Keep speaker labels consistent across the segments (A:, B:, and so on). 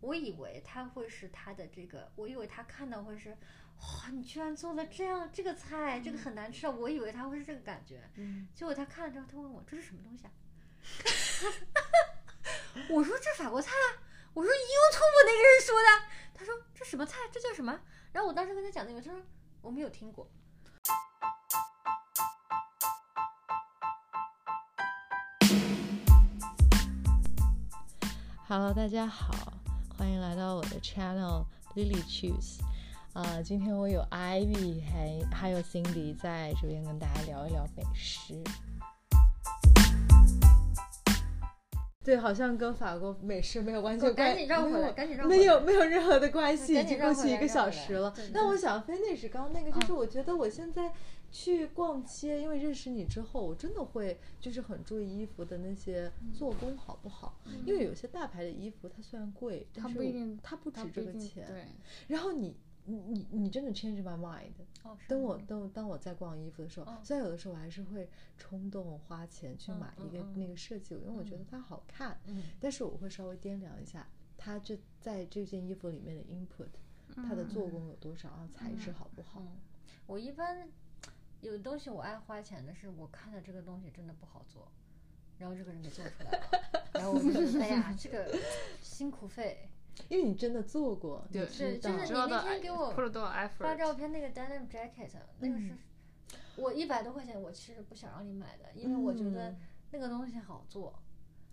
A: 我以为他会是他的这个，我以为他看到会是，哇、你居然做了这样这个菜，这个很难吃啊！我以为他会是这个感觉，
B: 嗯，
A: 结果他看了之后，他问我这是什么东西啊？ 我说这法国菜啊，我说 YouTube 那个人说的。他说这什么菜？这叫什么？然后我当时跟他讲那个，他说我没有听过。
B: Hello，大家好，欢迎来到我的 channel Lily Choose。呃，今天我有 Ivy 还还有 Cindy 在这边跟大家聊一聊美食。对，好像跟法国美食没有完
A: 哦
B: 全关
A: 赶紧绕回来
B: 没有
A: 赶紧绕回来
B: 没有没有任何的关系，已
A: 赶紧
B: 经
A: 绕
B: 过
A: 回
B: 去一
A: 来
B: 个
A: 绕
B: 小
A: 回
B: 时
A: 来
B: 了
A: 对。
B: 那
A: 对
B: 我想 finish 刚刚那个，就是
A: 嗯
B: 我觉得我现在去逛街，因为认识你之后，我真的会就是很注意衣服的那些
A: 嗯
B: 做工好不好。因为有些大牌的衣服它虽然贵，但
C: 它
B: 是
C: 不一
B: 我
C: 定
B: 它不
C: 它
B: 值
C: 不
B: 这
C: 一
B: 个
C: 定
B: 钱。
C: 对，
B: 然后你你你你真的 change my mind。
A: 哦，是
B: 嗯等
A: 吗
B: 我等我当我在逛衣服的时候
A: 嗯，
B: 虽然有的时候我还是会冲动花钱去
A: 嗯
B: 买一个
A: 嗯嗯
B: 那个设计，因为我觉得它好看，
A: 嗯
B: 但是我会稍微掂量一下它这在这件衣服里面的 input，它的做工有多少，然后材质好不好。
A: 嗯，我一般有的东西我爱花钱的是，我看到这个东西真的不好做，然后这个人给做出来 了，然后我就觉得哎呀，这个辛苦 费。
B: 因为你真的做过，你
C: 对
B: 知
A: 是
B: 道
A: 就。是
C: 知道
A: 你
C: 的
A: 那天给我
C: put 了多少
A: 发
C: effort？
A: 照片那个 denim jacket，那
B: 嗯
A: 个是我一百多块钱，我其实不想让你买的，因为我觉得
B: 嗯
A: 那个东西好做。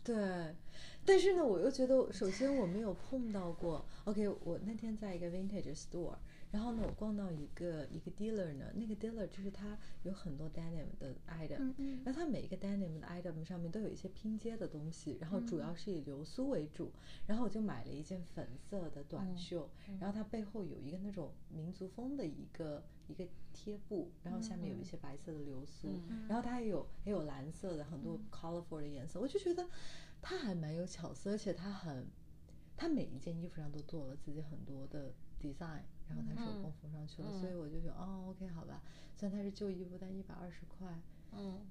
B: 对，但是呢，我又觉得，首先我没有碰到过。OK，我那天在一个 vintage store，然后呢，我逛到一个一个 dealer 呢，那个 dealer 就是他有很多 denim 的 item，、然
A: 嗯
B: 后它每一个 denim 的 item 上面都有一些拼接的东西，然后主要是以流苏为主。然后我就买了一件粉色的短袖，然后它背后有一个那种民族风的一个一个贴布，然后下面有一些白色的流苏，然后它也有也有蓝色的很多 colorful 的颜色，我就觉得它还蛮有巧思，而且它很，它每一件衣服上都做了自己很多的 design。然后它手工缝上去了，所以我就觉得，哦，OK，好吧，虽然它是旧衣服，但一百二十块，
A: 嗯，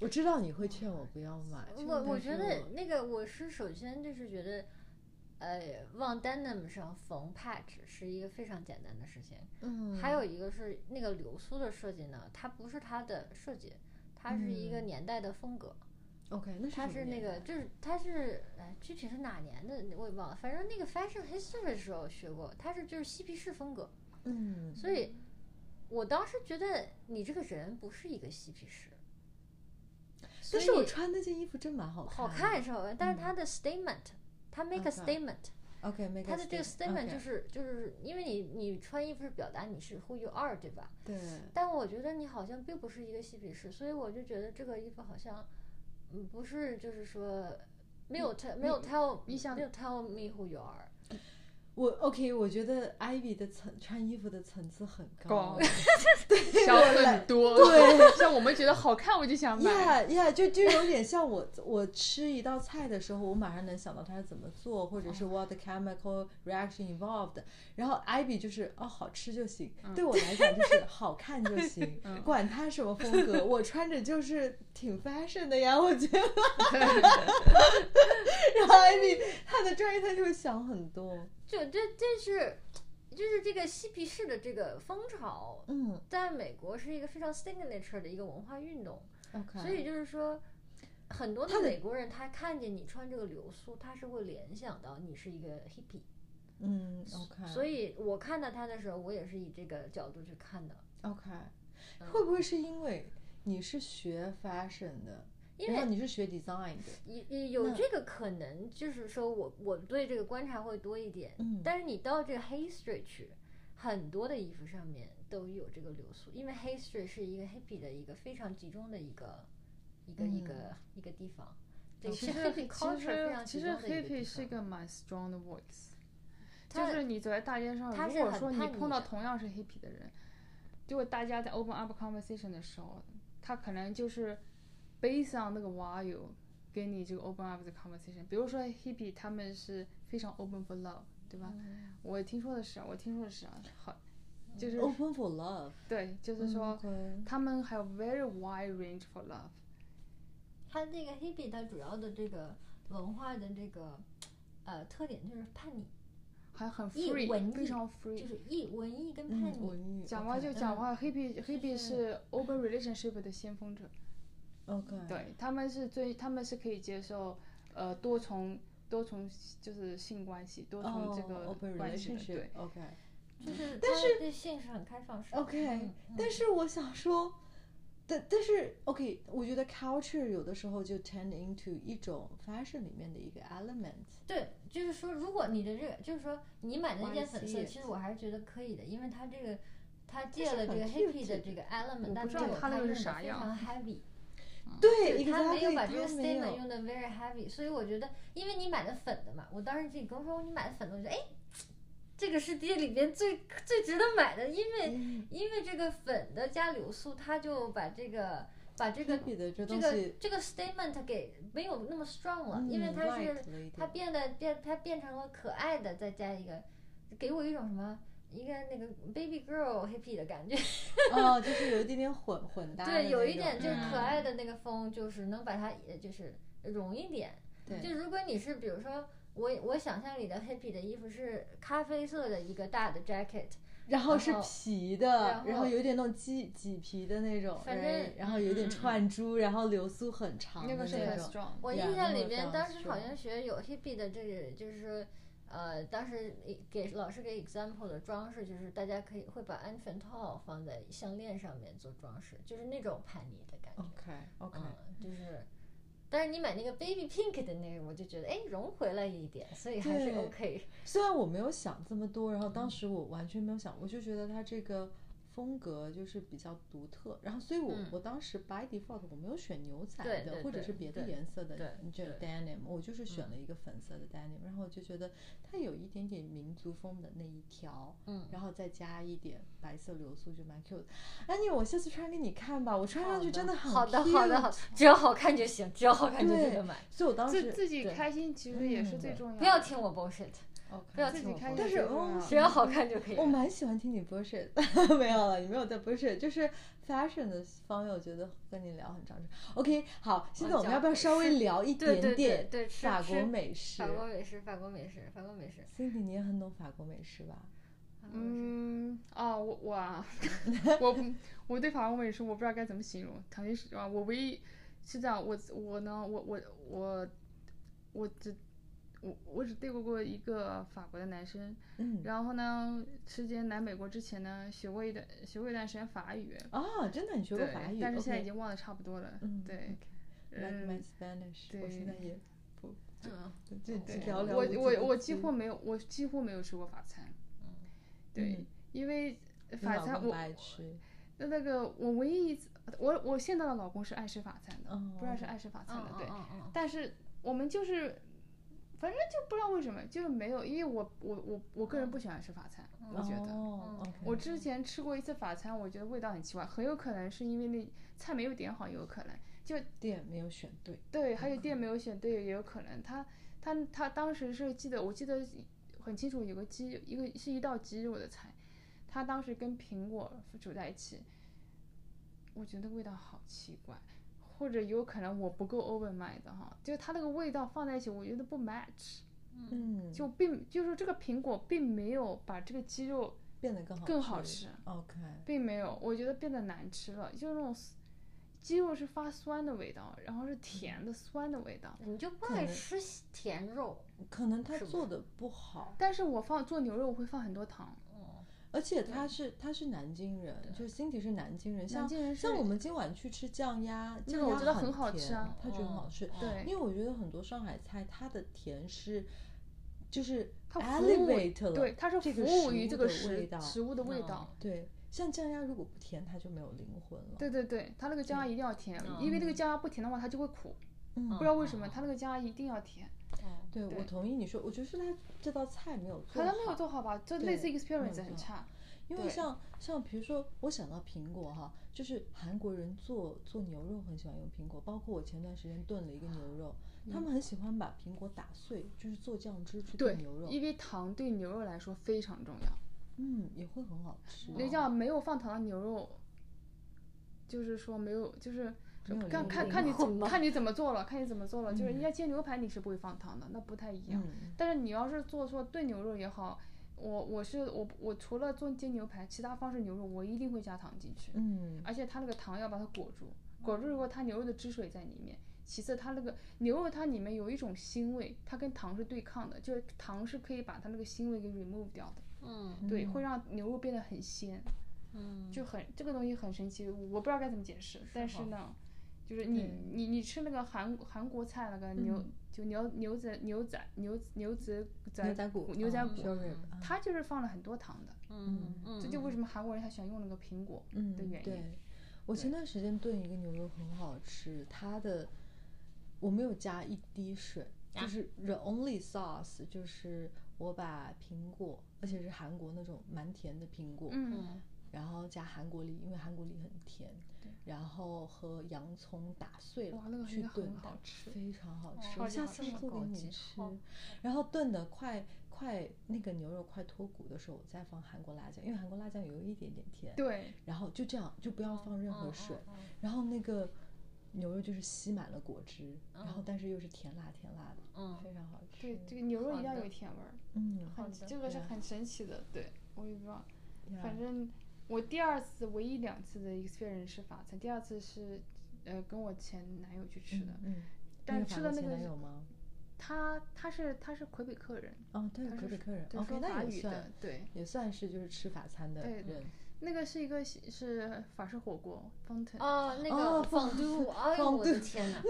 B: 我知道你会劝我不要买，
A: 我我
B: 但
A: 觉
B: 是
A: 得
B: 我
A: 那个我是首先就是觉得。呃，往 denim 上缝 patch 是一个非常简单的事情，
B: 嗯，
A: 还有一个是那个流苏的设计呢，它不是它的设计，它是一个
B: 嗯
A: 年代的风格，
B: OK，那
A: 它
B: 什
A: 是
B: 么
A: 那
B: 年
A: 个
B: 代
A: 就是它是哎具体是哪年的我也忘了，反正那个 fashion history 的时候学过，它是就是嬉皮士风格，
B: 嗯，
A: 所以我当时觉得你这个人不是一个嬉皮士，所
B: 但是我
A: 以
B: 穿那件衣服真蛮好
A: 好
B: 看
A: 看
B: 的。
A: 是好看，但是他的 statement，他 make a
B: 啊嗯 OK
A: statement，
B: OK，没
A: 他的这个 statement 就是是就是因为你你穿衣服是表达你是 who you are 对吧？
B: 对，
A: 但我觉得你好像并不是一个嬉皮士，所以我就觉得这个衣服好像，嗯，不是，就是说没有 tell 没有 tell
C: 你想
A: 没有 tell me who you are。
B: 我 OK，我觉得 Ivy 的层穿衣服的层次很高
C: 高。小很多，对， 像我们觉得好看，我就想
B: Yeah
C: 买。
B: yeah，就就有点像我我吃一道菜的时候，我马上能想到它是怎么做，或者是 what chemical reaction involved。然后 Ivy 就是哦，好吃就行。对我来讲就是 好看就行，管它什么风格，我穿着就是挺 fashion 的呀，我觉得。 然后 Ivy 她的专业她就会想很多。
A: 就这这是，就是这个嬉皮士的这个风潮，
B: 嗯
A: 在美国是一个非常 signature 的一个文化运动，
B: ，OK，
A: 所以就是说。很多
B: 啊他
A: 的
B: 的
A: 美国人，他看见你穿这个流苏，他是会联想到你是一个 hippie，
B: 嗯，OK，
A: 所以我看到他的时候，我也是以这个角度去看的。
B: OK，会不会是因为你是学 fashion 的，
A: 因
B: 然
A: 为
B: 后你是学 design 的？
A: 也也有
B: 那
A: 这个可能，就是说我我对这个观察会多一点，
B: 嗯
A: 但是你到这个 Hay Street 去，很多的衣服上面都有这个流苏，因为 Hay Street 是一个 hippie 的一个非常集中的一个一个、一个一个地方，对，
C: 嗯哦其
A: 是
C: 实
A: hippie
C: 其
A: culture 非
C: 实
A: 常
C: 其
A: 集
C: 实
A: 中的一个
C: hippie
A: 地
C: 是一
A: 方。
C: 个蛮 strong 的 voice，就
A: 它
C: 是你走在大街上，
A: 它
C: 如
A: 是
C: 果
A: 很
C: 说你
A: 叛逆
C: 碰到
A: 的
C: 同样是 hippie 的人，就果大家在 open up conversation 的时候，他可能就是 based on 那个 value 给你这个 open up 的 conversation。比如说 hippie 他们是非常 open for love，对吧？
A: 嗯
C: 我听说的是，我听说的是啊，好，就是、
A: 哦
B: Open for love，
C: 对，就是说、
B: 嗯
A: 嗯
B: OK
C: 他们还有 very wide range for love。
A: 它这个 hippie 它主要的这个文化的这个呃特点就是叛逆，
C: 还很
A: 一
C: free，
A: 文
C: 非
A: 艺就
C: 常 free。
A: 是一文艺跟
B: 嗯
A: 叛逆，
B: 文艺
C: 讲话就讲话，hippie hippie
A: 是
C: 是 open relationship 的先锋者，
B: ，OK，
C: 对，他们是最，他们是可以接受，呃，多重多重就是性关系，多重这
B: 哦
C: 个
B: ，open
C: 关系的，
B: relationship，
C: 对，
B: ，OK，
A: 就是
B: 但
A: 他
B: 是
A: 对性是很开放式的。
B: OK，、
A: 嗯
B: 但是我想说，但但是 OK，我觉得 culture 有的时候就 turn into 一种 fashion 里面的一个 element。
A: 对，就是说，如果你的这个，就是说你买的那件
B: Why
A: 粉
B: see
A: 色，
B: it？
A: 其实我还是觉得可以的，因为它这个它
B: 是
A: 借了这
B: 很
A: 个
B: cute
A: hippie 的这个
C: 我
A: element，但
C: 不知道它
A: 它
C: 那个
A: 用的
C: 是啥
A: 非
C: 样
A: 常 heavy，
B: 对，
A: 他没有
B: exactly，
A: 把这个
B: 他没
A: statement
B: 有
A: 用的 very heavy，所以我觉得，因为你买的粉的嘛，我当时自己跟我说你买的粉的，我觉得哎，这个是这里边最最值得买的，因为、
B: 嗯
A: 因为这个粉的加柳素，它就把这个把这个
B: Hippie 的
A: 这
B: 这东
A: 个
B: 西，
A: 这个 statement 给没有那么 strong 了，
B: 嗯
A: 因为它是
B: light 了一
A: 它
B: 点
A: 变得变它变成了可爱的，再加一个，给我一种什么一个那个 baby girl hippie 的感觉，
B: 哦，就是有一点点混混搭的那
A: 对，
B: 种。
A: 有一点就是可
C: 嗯
A: 爱的那个风，就是能把它也就是融一点。
B: 对
A: 就如果你是比如说我我想象里的 hippie 的衣服是咖啡色的一个大的 jacket，
B: 然后
A: 然
B: 是
A: 后
B: 皮的，然
A: 然后
B: 有一点那种鸡麂皮的那种，
A: 反
B: right？
A: 正
B: 然后有一点
C: 嗯嗯嗯
B: 串珠，然后流苏很长的
C: 那个是很
B: 种。
C: strong。
A: 我
B: Yeah，
A: 印
B: 啊那
A: 象
B: 个
A: 里
B: 非
A: 边
B: 常
A: 当时好
B: strong
A: 像学有 hippie 的这个就是说。呃，当时给老师给 example 的装饰就是大家可以会把安全套放在项链上面做装饰，就是那种叛逆的感觉。
B: OK OK，
A: 嗯，就是，但是你买那个 baby pink 的那个，我就觉得哎融回来一点，所以还是
B: 对
A: OK。
B: 虽然我没有想这么多，然后当时我完全没有想，我就觉得他这个风格就是比较独特，然后所以我、
A: 嗯
B: 我当时 by default 我没有选牛仔
A: 对
B: 的
A: 对
B: 或者
A: 对
B: 是别的
A: 对
B: 颜色的
A: 对嗯
B: 这 denim，我就是选了一个粉色的 denim，、然后我就觉得它有一点点民族风的那一条，
A: 嗯
B: 然后再加一点白色流苏就蛮 cute。安妮，我下次穿给你看吧，我穿上去真很 cute,
A: 好的，好的，好的，只要好看就行，只要好看就
B: 对
A: 这个买，
B: 所以我当时
C: 自自己
A: 对
C: 开心其实也是
B: 嗯
C: 最重要的。
A: 不要听我 bullshit，不要
C: 自
A: 听
C: 己
A: 我
C: 开啊
A: bullshit，
B: 但
C: 心最
B: 是
C: 重要，
B: 哦
A: 只要好看就可以
B: 我
A: 了。
B: 蛮喜欢听你 bullshit，没 有了，你没有在 bullshit，就是 fashion 的方面，我觉得跟你聊很长时间。OK，好，现在
C: 哦
B: 我们要不要稍微聊一
A: 对
B: 点
A: 对对
B: 点
A: 对，吃
B: 法国
A: 吃
B: 美食
A: 法国美食，法国美食，法国美食。
B: ？Cindy，你也很懂法国美食吧？
A: 法国美食
C: 嗯，啊，我我啊我不我对法国美食我不知道该怎么形容。坦白实话，我唯一是这样，我我呢，我我我我只我我只对过过一个法国的男生，
B: 嗯，
C: 然后呢，之前来美国之前呢，学过一段学过一段时间法语，
B: 哦，真的，你学过
C: 对
B: 法语？
C: 但是现在已
B: OK
C: 经忘得差不多了。
B: 嗯，
C: 对，
B: ，Like my
C: 嗯，
B: Spanish，我
C: 对
B: 现在也不
A: 嗯，
B: 就
A: 我
B: 就
C: 对
B: 寥寥无几
C: 我
B: 个
C: 我我几
B: 词
C: 乎没有，我几乎没有吃过法餐。对
B: 嗯，
C: 因为
B: 你
C: 法
B: 老
C: 餐
B: 公
C: 我
B: 不爱吃，
C: 那那个我唯一一次，我我现在的老公是爱吃法餐的，
B: 嗯
C: 不知道是爱吃法餐的，
A: 嗯
C: 对。
B: 哦
A: 嗯嗯嗯
C: 但是我们就是，反正就不知道为什么，就是没有，因为我我我我个人不喜欢吃法餐，我觉得。嗯
B: 哦，OK，
C: 我之前吃过一次法餐，我觉得味道很奇怪，很有可能是因为那菜没有点好，也有可能。
B: 店没有选对，
C: 对，还有店没有选对，也有可能。他他他当时是记得，我记得很清楚，有个鸡，一个是一道鸡肉的菜，他当时跟苹果煮在一起，我觉得味道好奇怪，或者有可能我不够 open mind 哈，就是它那个味道放在一起，我觉得不 match，
B: 嗯，
C: 就并就是这个苹果并没有把这个鸡肉
B: 变得更好，
C: 更好吃。
B: OK，
C: 并没有，我觉得变得难吃了，就是那种鸡肉是发酸的味道，然后是甜的酸的味道。
A: 嗯你就不
B: 可
A: 爱
B: 能
A: 吃甜肉，
B: 可能他
A: 是不
B: 做
A: 是
B: 的不好，
C: 但是我放做牛肉我会放很多糖，
A: 嗯，
B: 而且他是他是南京人，就是 Cindy 是南京人，像
C: 京人
B: 像
C: 是
B: 我们今晚去吃酱鸭，
C: 那
B: 酱
C: 个我
B: 鸭
C: 觉得
B: 很
C: 很好吃啊
B: 甜他觉得很好吃，
A: 嗯
C: 对
B: 因为我觉得很多上海菜它的甜是就是
C: 它服务
B: elevate 了，
C: 对，它是
B: 这
C: 服
B: 个
C: 务
B: 食
C: 于
B: 物
C: 这个
B: 的味
C: 食
B: 道嗯
C: 食物的味道。
B: 对像酱鸭如果不甜，它就没有灵魂了，
C: 对对对，它那个酱鸭一定要甜，因为那个酱鸭不甜的话它就会苦，
B: 嗯
C: 不知道为什么它那个酱鸭一定要甜，
A: 嗯
B: 对我
C: 对
B: 同意你说，我觉得是他这道菜没有
C: 可
B: 做
C: 能没有
B: 好
C: 做好吧，这类似
B: 对
C: experience
B: 没有
C: 很
B: 做
C: 差。
B: 因为
C: 对
B: 像像比如说，我想到苹果哈，就是韩国人做做牛肉很喜欢用苹果，包括我前段时间炖了一个牛肉，
C: 嗯
B: 他们很喜欢把苹果打碎，就是做酱汁去炖牛肉，
C: 因为糖对牛肉来说非常重要。
B: 嗯，也会很好吃。啊
C: 那叫没有放糖的牛肉，就是说没有，就是
B: 没有
C: 看
B: 灵
C: 看
B: 魂
C: 看 你
A: 混
C: 怎
A: 吗
C: 看你怎么做了，看你怎么做了。就是人家煎牛排你是不会放糖的，那不太一样。
B: 嗯
C: 但是你要是做说炖牛肉也好，我我是我我除了做煎牛排，其他方式牛肉我一定会加糖进去，
B: 嗯
C: 而且它那个糖要把它裹住，裹住以后它牛肉的汁水在里面。其次，它那个牛肉它里面有一种腥味，它跟糖是对抗的，就是糖是可以把它那个腥味给 remove 掉的，
A: 嗯
C: 对，会让牛肉变得很鲜。
A: 嗯，
C: 就很这个东西很神奇，我不知道该怎么解释。但是
A: 好
C: 呢，就是你你你吃那个韩韩国菜那个
B: 嗯
C: 牛、就牛牛仔牛仔牛牛子仔
B: 牛仔骨
C: 牛仔
A: 嗯
C: 骨，
B: ，show rib，啊
C: 它就是放了很多糖的。
A: 嗯嗯，
C: 这就为什么韩国人他喜欢用那个苹果
B: 嗯
C: 的原因。
B: 对，我前段时间炖一个牛肉很好吃，它的我没有加一滴水，就
A: 啊
B: 是 the only sauce 就是我把苹果，而且是韩国那种蛮甜的苹果，
C: 嗯
A: 嗯
B: 然后加韩国梨，因为韩国梨很甜
C: 对，
B: 然后和洋葱打碎了
C: 哇那个
B: 去
C: 应该很
B: 炖它
C: 好吃
B: 非常好吃。
C: 超
B: 我
C: 级
B: 下
C: 好
B: 次
C: 吃
B: 做给
A: 高
B: 你
A: 级
B: 吃
C: 哦
A: 好。
B: 然后炖的快快那个牛肉快脱骨的时候，我再放韩国辣酱，因为韩国辣酱有一点点甜。
C: 对，
B: 然后就这样，就不要放任
C: 哦
B: 何
A: 嗯
B: 水，
A: 嗯嗯
B: 然后那个牛肉就是吸满了果汁，然后
A: 嗯
B: 但是又是甜辣甜辣的，
A: 嗯
B: 非常好吃。
C: 对，这个牛肉一
A: 好
C: 定要
A: 的
C: 有甜味儿，
B: 嗯，
A: 好
C: 很
A: 的
C: 这个是
B: 对
C: 很神奇的。对，我也不知道，
B: 呀
C: 反正我第二次唯一两次的 experience 是法餐，第二次是呃跟我前男友去吃的，
B: 嗯，
C: 但
B: 那
C: 吃
B: 法国
C: 的那
B: 前
C: 个
B: 男
C: 是
B: 友吗？
C: 他他是他是魁北克人，
B: 哦，对，
C: 他
B: 魁
C: 是
B: 北克人
C: 对
B: ，OK，
C: 说
B: 那
C: 法
B: 也
C: 语的
B: 算，
C: 对，
B: 也算是就是吃法餐的
C: 对
B: 人。
C: 那个是一个西是法式火锅 fontaine，、
A: 哦，那
B: 哦
A: 个
B: 放
A: 放度，哎呦
B: 放
A: 我的
B: 度
A: 天 哪，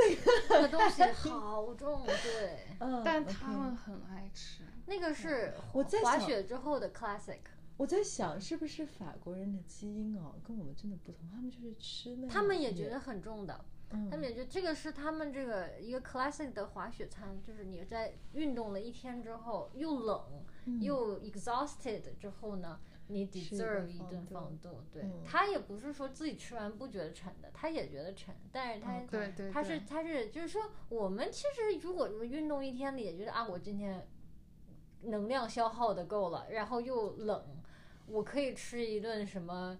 A: 那个东西好重，对，
B: 嗯，
C: 但
B: OK 嗯
C: 他们很爱吃，
A: 那个是
B: 我在
A: 滑
B: 想
A: 雪之后的 classic，
B: 我在想是不是法国人的基因哦，跟我们真的不同，他们就是吃那个，
A: 他们也觉得，很重的，
B: 嗯
A: 他们也觉得这个是他们这个一个 classic 的滑雪餐，就是你在运动了一天之后又冷、
B: 嗯
A: 又 exhausted 之后呢，你
B: 吃一顿
A: deserve 一
B: 放
A: 顿
B: 度
A: 放度。对、
B: 嗯
A: 他也不是说自己吃完不觉得馋的，他也觉得馋，但是他、
B: OK
C: 对对，
A: 他
C: 对
A: 是他是就是说，我们其实如果说运动一天里也觉得啊，我今天能量消耗的够了，然后又冷，我可以吃一顿什么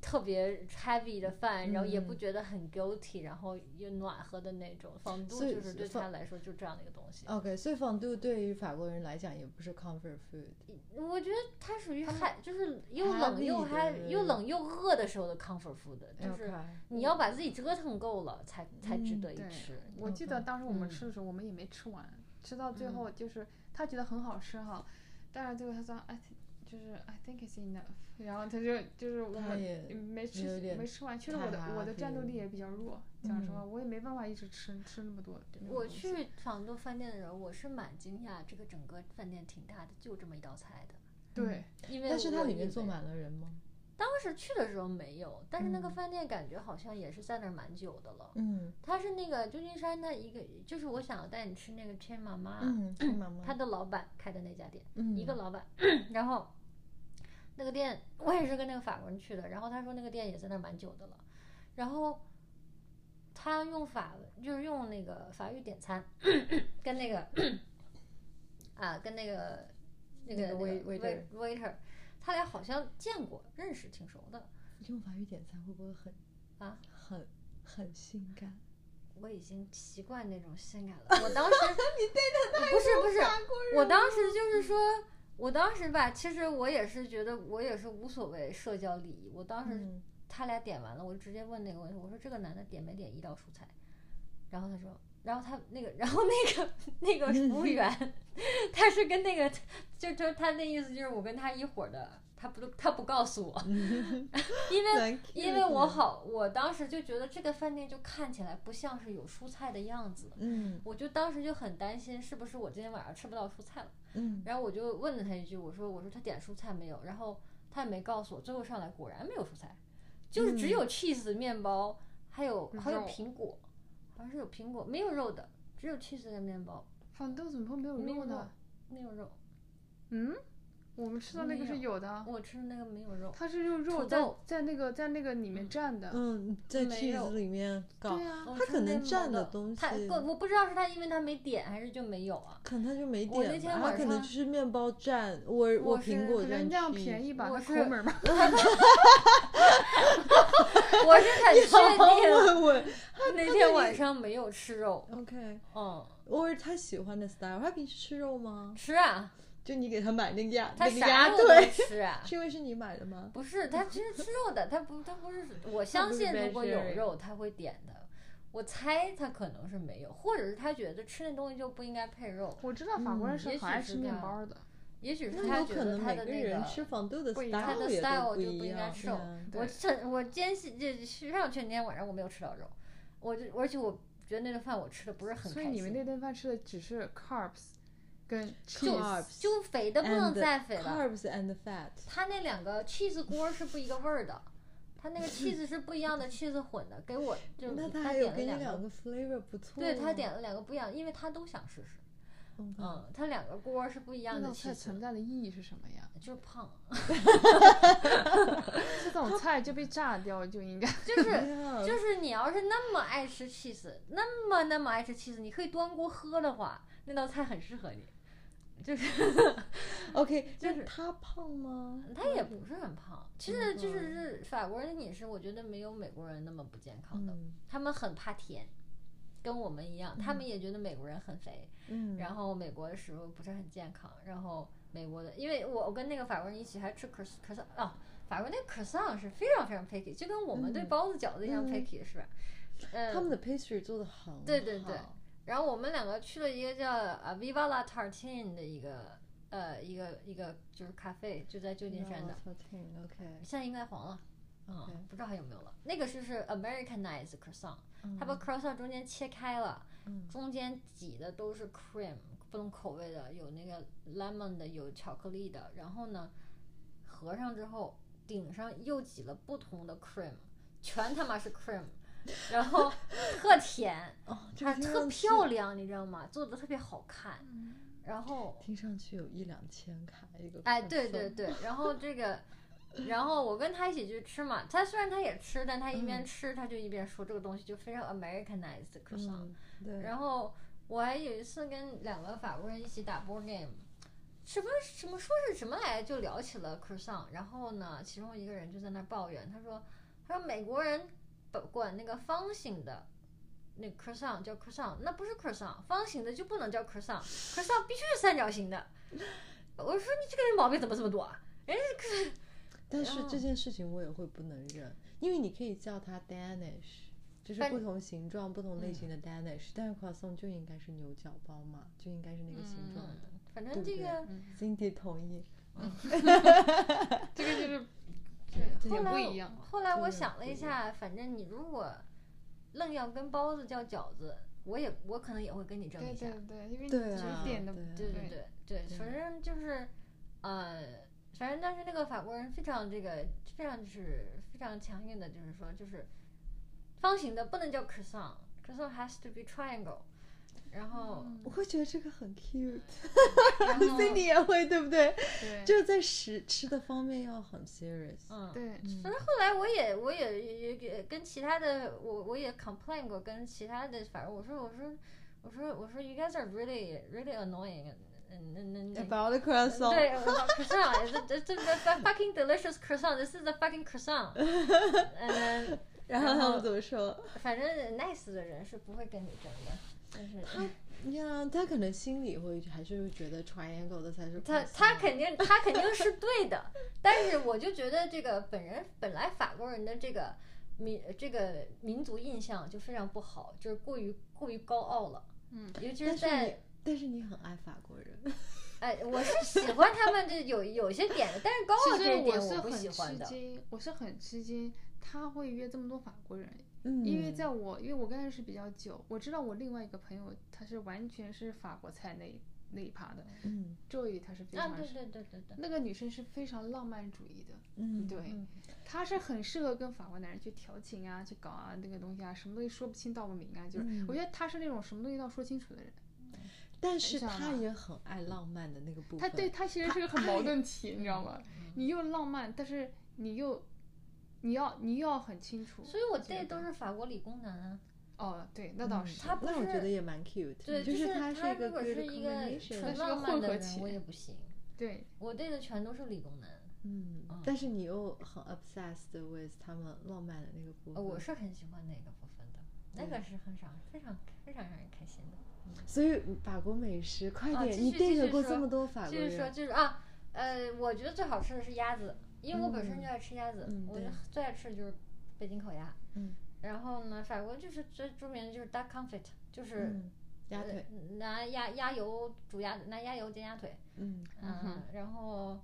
A: 特别 heavy 的饭，然后也不
B: 嗯
A: 觉得很 guilty，然后又暖和的那种。仿度
B: 所以
A: 就是对
B: 仿
A: 他来说就这样的一个东西。
B: OK，所以仿度对于法国人来讲也不是 comfort food，
A: 我觉得它属于嗨，就是又
B: heavy
A: 冷又
B: 的
A: h 又
B: 人
A: 冷又饿的时候的 comfort food，就是你要把自己折腾够了才才值
B: 嗯
A: 得一
C: 对
A: 吃。
C: 我记得当时我
B: 嗯
C: 们吃的时候，我们也没吃完，吃到最后就是他觉得很好吃哈，但是最后他说 I thi- 就是 I think it's enough，然后他就就是我
B: 他也
C: 们没吃
B: 有点
C: 没吃完，确实
B: 太
C: 我的我的
B: happy
C: 战斗力也比较弱，讲实话
B: 嗯
C: 我也没办法一直吃吃那么多。那种
A: 我
C: 东西
A: 去常州饭店的时候，我是蛮惊讶，这个整个饭店挺大的，就这么一道菜的。
C: 对
A: 因为
B: 但是它
A: 我
B: 里
A: 以
B: 面坐
A: 为
B: 满了人吗？
A: 当时去的时候没有，但是那个
B: 嗯
A: 饭店感觉好像也是在那儿蛮久的了。
B: 嗯
A: 它是那个旧金山的一个，就是我想带你吃那个 Chain 妈妈，
B: 嗯，是妈妈
A: 他的老板开的那家店，
B: 嗯
A: 啊一个老板，然后那个店我也是跟那个法国人去的，然后他说那个店也在那儿蛮久的了，然后他用法就是用那个法语点餐，跟那个啊跟那个那
B: 那
A: 个
B: 个 wait- waiter
A: wait- waiter，他俩好像见过认识，挺熟的。
B: 用法语点餐会不会很
A: 啊
B: 很很性感？
A: 我已经习惯那种性感了。我当时 你对他不是不是，我当时就是说，我当时吧，其实我也是觉得我也是无所谓社交礼仪。我当时
B: 嗯
A: 他俩点完了，我就直接问那个问题，我说这个男的点没点一道蔬菜？然后他说，然后他那个，然后那个那个服务员， 他是跟那个，就就他那意思就是我跟他一伙儿的，他不他不告诉我，
B: 嗯
A: 因为
B: 蛮 cute 的，
A: 因为我好，我当时就觉得这个饭店就看起来不像是有蔬菜的样子，
B: 嗯
A: 我就当时就很担心是不是我今天晚上吃不到蔬菜了。
B: 嗯
A: 然后我就问了他一句，我说我说他点蔬菜没有？然后他也没告诉我，最后上来果然没有蔬菜，就是只
B: 嗯
A: 有 cheese 面包，还有还有
C: 肉
A: 苹果，好像是有苹果没有肉的，只有 cheese 的面包
C: 反豆怎么会没有
A: 没有
C: 肉
A: 肉
C: 呢？
A: 没有肉，
C: 嗯，我们吃到那个是
A: 没
C: 有
B: 啊
C: 的，啊
A: 我吃的那个没有肉，
C: 它是用肉
A: 土
C: 在
A: 豆
C: 在那个在那个里面蘸的。
B: 嗯，在
A: 没有啊
B: cheese 里面搞
C: 对，啊呀，
A: 我
B: 他
A: 吃
B: 可
A: 那
B: 能
A: 个
B: 蘸
A: 没
B: 的
A: 有
B: 东
A: 他
B: 西
A: 我不知道是他因为他没点还是就没有 啊。
B: 可能他就没
A: 我那
B: 点
A: 天
B: 吧，他
A: 晚
B: 可能
A: 上
B: 就是面包蘸我
A: 我是
B: 苹果
C: 可
B: 蘸
C: 能这样
B: cheese
C: 便宜吧，
A: 我
C: 它
A: 是
C: 抠门儿吧。
A: 我是很 确 定
B: 问问
A: 那天晚上没有吃肉。
B: ，OK，
A: 嗯，
B: 或者他喜欢的 style，他平时吃肉吗？
A: 吃啊，
B: 就你给他买那个鸭，
A: 他
B: 那个鸭
A: 啥肉都
B: 腿，
A: 吃 啊。
B: 是因为是你买的吗？
A: 不是，他其实吃肉的，他不，他不是。我相信如果有肉，他会点的。我猜他可能是没有，或者是他觉得吃那东西就不应该配肉，
C: 我知道法国人是
A: 嗯也许
C: 很爱
A: 是
C: 吃
A: 这
C: 面
A: 样
C: 包的，
A: 也许是
B: 那
A: 他
B: 有
A: 觉
B: 可
A: 得
B: 能
A: 他
B: 每
A: 的
B: 个
A: 那
B: 人吃
A: 个。
B: 防豆的
C: 不一样
A: 他
B: style
A: 的
B: 也
A: style
B: 都
A: 就
B: 一
A: 不应该
B: 样，
A: 吃肉
B: 对啊
A: 我
C: 对
A: 趁我坚信，这上去那天晚上我没有吃到肉，我就而且我觉得那顿饭我吃的不是很
C: 所
A: 开心。
C: 以你们那顿饭吃的只是 carbs 跟 cheese，
B: Carbs
A: 就肥的不能
B: and the
A: 再肥了。
B: carbs and the fat，
A: 它那两个 cheese 锅是不一个味儿的，它那个 cheese 是不一样的 cheese 混的。给我就
B: 那
A: 他
B: 还
A: 点
B: 有
A: 了
B: 给你
A: 两
B: 两个 flavor 不错呀。
A: 对他点了两个不一样，因为他都想试试。
B: 嗯，
A: 嗯，他两个锅是不一
C: 那
A: 样的
C: 道
A: 气
C: 菜
A: 质
C: 存，在的意义是什么呀？
A: 就是胖，啊
C: 这 种菜就被炸掉就应该。
A: 就是
B: 对
A: 就
B: 呀，
A: 是你要是那么爱吃 cheese，那么那么爱吃 cheese，你可以端锅喝的话，那道菜很适合你。就是
B: OK，
A: 就
B: 就是是他胖吗？嗯
A: 他也不是很胖，其实就是是法国人的饮食，我觉得没有美国人那么不健康的，
B: 嗯
A: 他们很怕甜。跟我们一样，他们也觉得美国人很肥，
B: 嗯，
A: 然后美国的食物不是很健康，然后美国的，因为我我跟那个法国人一起还吃可可颂啊，法国那可颂是非常非常 picky，就跟我们对
B: 嗯
A: 包子饺子一样
B: 嗯
A: picky、是吧？嗯，
B: 他们的 pastry 做的很好，
A: 对对对然后我们两个去了一个叫啊 Viva la Tartine 的一个呃一个一个就是咖啡，就在旧金山的，
B: ，OK，
A: 现在应该黄了。嗯
B: OK
A: 不知道还有没有了。那个是是 Americanized croissant，、它把
B: 嗯
A: croissant 中间切开了，
B: 嗯
A: 中间挤的都是 cream 不同口味的，有那个 lemon 的，有巧克力的。然后呢，合上之后顶上又挤了不同的 cream，全他妈是 cream，然 后特甜，
B: 哦，这
A: 它是
B: 个听
A: 特
B: 上去
A: 漂，亮，你知道吗？做的特别好看。然后，
B: 听上去有一两千卡一个，
A: 哎，对对，对，然后这 个。然后我跟他一起去吃嘛，他虽然他也吃，但他一边吃他就一边说这个东西就非常 Americanized croissant，、
B: 嗯嗯，对，
A: 然后我还有一次跟两个法国人一起打 board game，什么什么说是什么来着就聊起了 croissant，然后呢，其中一个人就在那儿抱怨，他说他说美国人不管那个方形的。那 croissant 叫 croissant，那不是 croissant，方形的就不能叫 croissant，croissant 必须是三角形的。我说你这个人毛病怎么这么多啊？
B: 但是
A: 然后
B: 这件事情我也会不能忍，因为你可以叫它 Danish，就是
A: 但嗯
B: 不同形状、不同类型的 Danish，、但是 croissant 就应该是牛角包嘛，就应该是那个形状的。
A: 嗯，哎反正
B: 对不
A: 这
B: 对
A: 个
C: 嗯
B: Cindy 同意，
C: 这个就是
A: 对，
C: 这
A: 后
C: 也
A: 来
C: 不
A: 我
C: 一样。
A: 后来我
B: 真的
A: 想
B: 不
A: 了一
B: 一
A: 下，反正你如果愣要跟包子叫饺子，我也我可能也会跟你争
C: 对
A: 一下
C: 对。对，因为
B: 对
C: 只
B: 啊
C: 点的
B: 对啊
A: 对对
C: 对
A: 对对，
B: 对
A: 反正就是，呃，反正当时那个法国人非常这个非常就是非常强硬的，就是说就是方形的不能叫 croissant，croissant has to be triangle。然后，
C: 嗯
B: 我会觉得这个很 cute，
A: 然后
B: Cindy 也会，对不对？
C: 对
B: 就是在食吃的方面要很 serious。
A: 嗯，
C: 对
A: 反正后来我也我也也也跟其他的我我也 complain 过，跟其他的反正我说我说我说我说 you guys are really really annoying，嗯嗯嗯嗯。
B: About the croissant，
A: 对我说，croissant，这这这 fucking delicious croissant，this is a fucking croissant。嗯，
B: 然后他们怎么说？
A: 反正 nice 的人是不会跟你争的，但是
B: 呀他可能心里会还是会觉得 triangle 的才是
A: 他
B: croissant
A: 他肯定他肯定是对的，但是我就觉得这个本人本来法国人的这个民这个民族印象就非常不好，就是过于过于高傲了。
C: 嗯，
A: 尤其
B: 但
A: 是
B: 是你
A: 在
B: 但是你很爱法国人，
A: 哎，我是喜欢他们这有有些点的，但是高傲
C: 其
A: 这
C: 实
A: 一点
C: 是
A: 不
C: 很
A: 喜欢
C: 吃
A: 的。
C: 惊，我是很吃惊，他会约这么多法国人，
B: 嗯
C: 因为在我因为我跟他认识比较久，我知道我另外一个朋友他是完全是法国菜那一那一趴的，
B: 嗯
C: 周瑜他是非
A: 啊，
C: 常
A: 对
C: 是
A: 对对对对，
C: 那个女生是非常浪漫主义的，
B: 嗯
C: 对
B: 嗯
C: 她是很适合跟法国男人去调情啊，去搞啊那个东西啊，什么东西说不清道不明啊，就是、
B: 嗯
C: 我觉得她是那种什么东西都要说清楚的人，
B: 但是
C: 这样
B: 他
C: 吧
B: 也很爱浪漫的那个部分。
C: 她对她其实是个很
B: 她
C: 矛
B: 爱
C: 盾体，你知道吗？你又浪漫，但是你又你要你又要很清楚，
A: 所以我
C: 觉
A: 这都
C: 得
A: 是法国理工男啊。
C: 哦对，那倒是，
A: 她不
B: 嗯那我觉
A: 是
B: 得也蛮 cute，
A: 对，
B: 就是他
A: 他
B: 一个
A: 如果
B: good
A: 是一个纯
B: combination
C: 是个
A: 浪漫
C: 混
A: 的
C: 合
A: 人，
C: 体
A: 我也不行。
C: 对，
A: 我对的全都是理工男，
B: 嗯
A: 嗯，
B: 但是你又很 obsessed with 他们浪漫的那个部
A: 呃
B: 分，
A: 我是很喜欢那个部分的，那个是很常非常非常让人开心的。
B: 所以法国美食，快
A: 啊
B: 点，
A: 继
B: 你
A: 续继
B: date
A: 续
B: 过
A: 说
B: 这么多法
A: 就
B: 国
A: 是说，
B: 人，
A: 就是啊，呃，我觉得最好吃的是鸭子，因为我本身
B: 嗯
A: 就爱吃鸭子，
B: 嗯
A: 我
B: 对
A: 最爱吃的就是北京烤鸭。
B: 嗯
A: 然后呢，法国就是最著名的就是 duck confit，就是、
B: 嗯，鸭
A: 呃
B: 腿，
A: 拿鸭鸭油煮鸭，拿鸭油煎鸭腿。
B: 嗯
A: 嗯，
C: 哼
A: 然后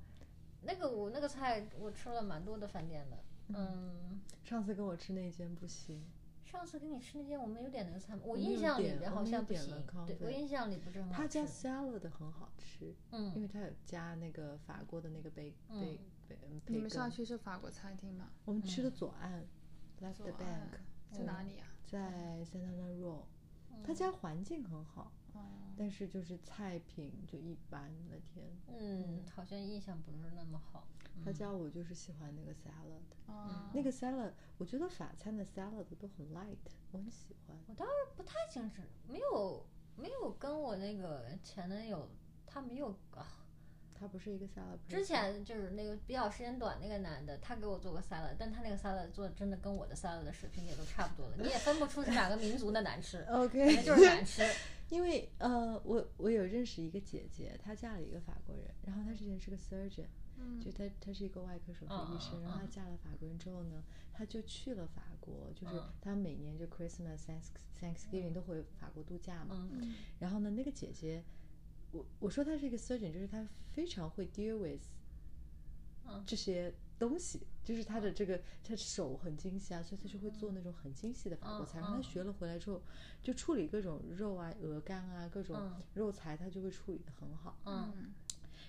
A: 那个我那个菜我吃了蛮多的饭店的。嗯，
B: 上次跟我吃那间不行，
A: 上次跟你吃那间我们有点那个菜吗？我
B: 我没
A: 印
B: 有
A: 象里
B: 点
A: 边
B: 我
A: 好
B: 没有
A: 像不
B: 点
A: 行
B: 了，康
A: 对我
B: 菲
A: 印象里不嗯是很好
B: 他家
A: 吃
B: salad 很好吃，因
A: 嗯
B: 为他有加那个法国的那个贝贝贝嗯
C: 你
B: 培
C: 们上
B: 根。
C: 去是法国餐厅吗？
B: 我
A: 嗯
B: 们吃的左岸，left
C: 左岸
B: bank，
C: 在哪里啊？
B: 在 Santa Ana Row，他
A: 嗯
B: 家环境很好，
C: 哦，
B: 但是就是菜品就一般，那天。
A: 嗯，好像印象不是那么好。嗯
B: 他家我就是喜欢那个 salad，、
C: 哦
B: 那个 salad，我觉得法餐的 salad 都很 light，我很喜欢。
A: 不太精致，没有没有跟我那个前男友，他没有啊。
B: 它不是一个 salad，person，
A: 之前就是那个比较时间短那个男的，他给我做过 salad，但他那个 salad 做的真的跟我的 salad 的水平也都差不多了，你也分不出是哪个民族的难吃
B: OK，
A: 反正就是难吃。
B: 因为呃，我我有认识一个姐姐，她嫁了一个法国人，然后她之前是个 surgeon，、
C: 嗯
B: 就她她是一个外科手术
A: 嗯
B: 医生，
A: 嗯
B: 然后她嫁了法国人之后呢，她就去了法国，就是
A: 嗯
B: 她每年就 Christmas、Thanks- Thanksgiving 都回法国度假嘛。
A: 嗯
C: 嗯
B: 然后呢，那个姐姐，我我说她是一个 surgeon，就是她非常会 deal with
A: 嗯
B: 这些东西，就是她的这个她手很精细啊，所以她就会做那种很精细的法国
A: 嗯
B: 菜。然后她
A: 嗯
B: 学了回来之后，就处理各种肉啊、鹅肝啊、各种
A: 嗯
B: 肉材，她就会处理的很好。
A: 嗯
C: 嗯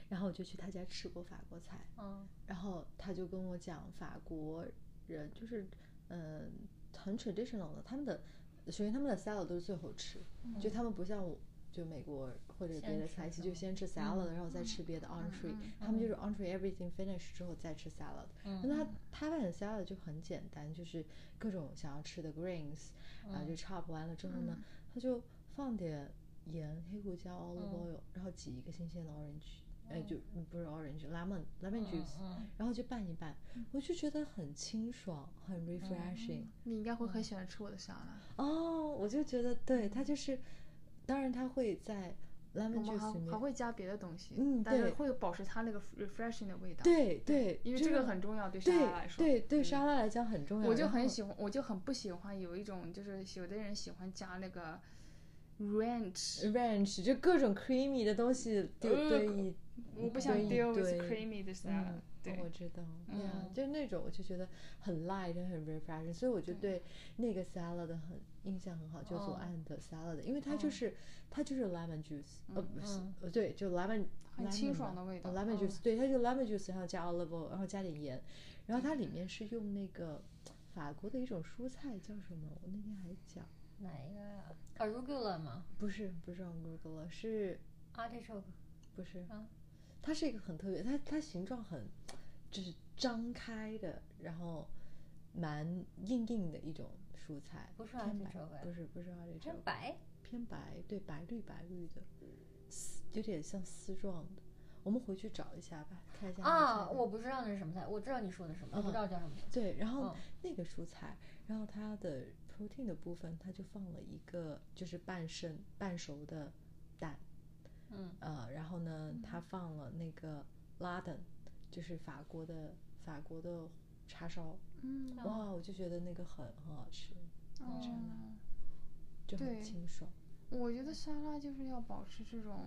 B: 然后我就去她家吃过法国菜，
A: 嗯
B: 然后她就跟我讲法国人就是嗯很 traditional 的，他们的首先他们的 salad 都是最后吃，就他们不像我。就美国或者别
A: 先
B: 的
A: 吃
B: 菜系，
A: 什
B: 就
A: 么
B: 先吃 salad，、然后再吃别的
C: 嗯
B: entree，、
C: 嗯
B: 他们就是 entree everything finish 之后再吃 salad，
A: 嗯
B: 那他他办的 salad 就很简单，就是各种想要吃的 greens，然后就 chop 完了之后呢，他就放点盐、黑胡椒、olive oil，然后挤一个新鲜的 orange，哎，就嗯不是 orange，lemon lemon juice，
A: 嗯
B: 然后就拌一拌，
C: 嗯
B: 我就觉得很清爽，很 refreshing。
C: 你应该会很喜欢吃我的沙拉。
B: 哦，我就觉得对，它就是，当然它会在
C: 我
B: lemon
C: 们
B: juice 里
C: 还还
B: 面，
C: 会加别的东西，
B: 嗯
C: 但是
B: 对
C: 会保持它那个 refreshing 的味道。
B: 对对，
C: 因为
B: 就
C: 这个
B: 是
C: 很重要，对沙拉来
B: 对
C: 说。嗯
B: 对对沙拉来讲很重要。
C: 我就
B: 然
C: 很
B: 后
C: 喜欢，我就很不喜欢有一种就是有的人喜欢加那个嗯 ranch，
B: ranch，就各种 creamy 的东西丢
C: 呃
B: 堆一，
C: 我不想
B: 堆一
C: deal with
B: 堆
C: creamy 的
B: 嗯
C: salad。，
B: 我
C: 对，
B: 知道，
C: 嗯
B: 对啊，就是那种我就觉得很 light，很 refreshing，所以我就对那个 salad 很印象很好，就左
A: 哦
B: 岸的 salad，因为它
C: 哦
B: 就是它就是 lemon juice，呃不是
A: 嗯，
B: 呃对，就 lemon
C: 很
B: lemon
C: 清爽
B: 嘛
C: 的味道
B: 哦，lemon
C: 嗯
B: juice，对，它就 lemon juice，然后加 olive oil，然后加点盐，然后它里面是用那个法国的一种蔬菜叫什么？我那天还讲，
A: 哪一个呀？arugula 吗啊
B: 不是不是 o n g u l a 是
A: ？artichoke
B: 不是
A: 啊，
B: 它是一个很特别，它它形状很就是张开的，然后蛮硬硬的一种蔬菜，
A: 不是
B: 偏白
A: artichoke 呀，
B: 不是不是阿里
A: 它
B: 这
A: 是白，
B: 偏白，对，白绿白绿的，丝有点像丝状的。我们回去找一下吧，看一下那个
A: 啊，
B: 菜谱
A: 我不知道那是什么菜，我知道你说的什
B: 嗯
A: 么，我不知道叫什么。
B: 对，然后
A: 嗯
B: 那个蔬菜，然后它的 protein 的部分，它就放了一个就是半生半熟的蛋，
A: 嗯，
B: 呃，然后
C: 嗯
B: 呢，它放了那个拉登，就是法国的法国的叉烧，
C: 嗯，
A: 哦
B: 哇，我就觉得那个很很好吃，
C: 哦
B: 沙拉就很
C: 对
B: 清爽
C: 我觉得沙拉就是要保持这种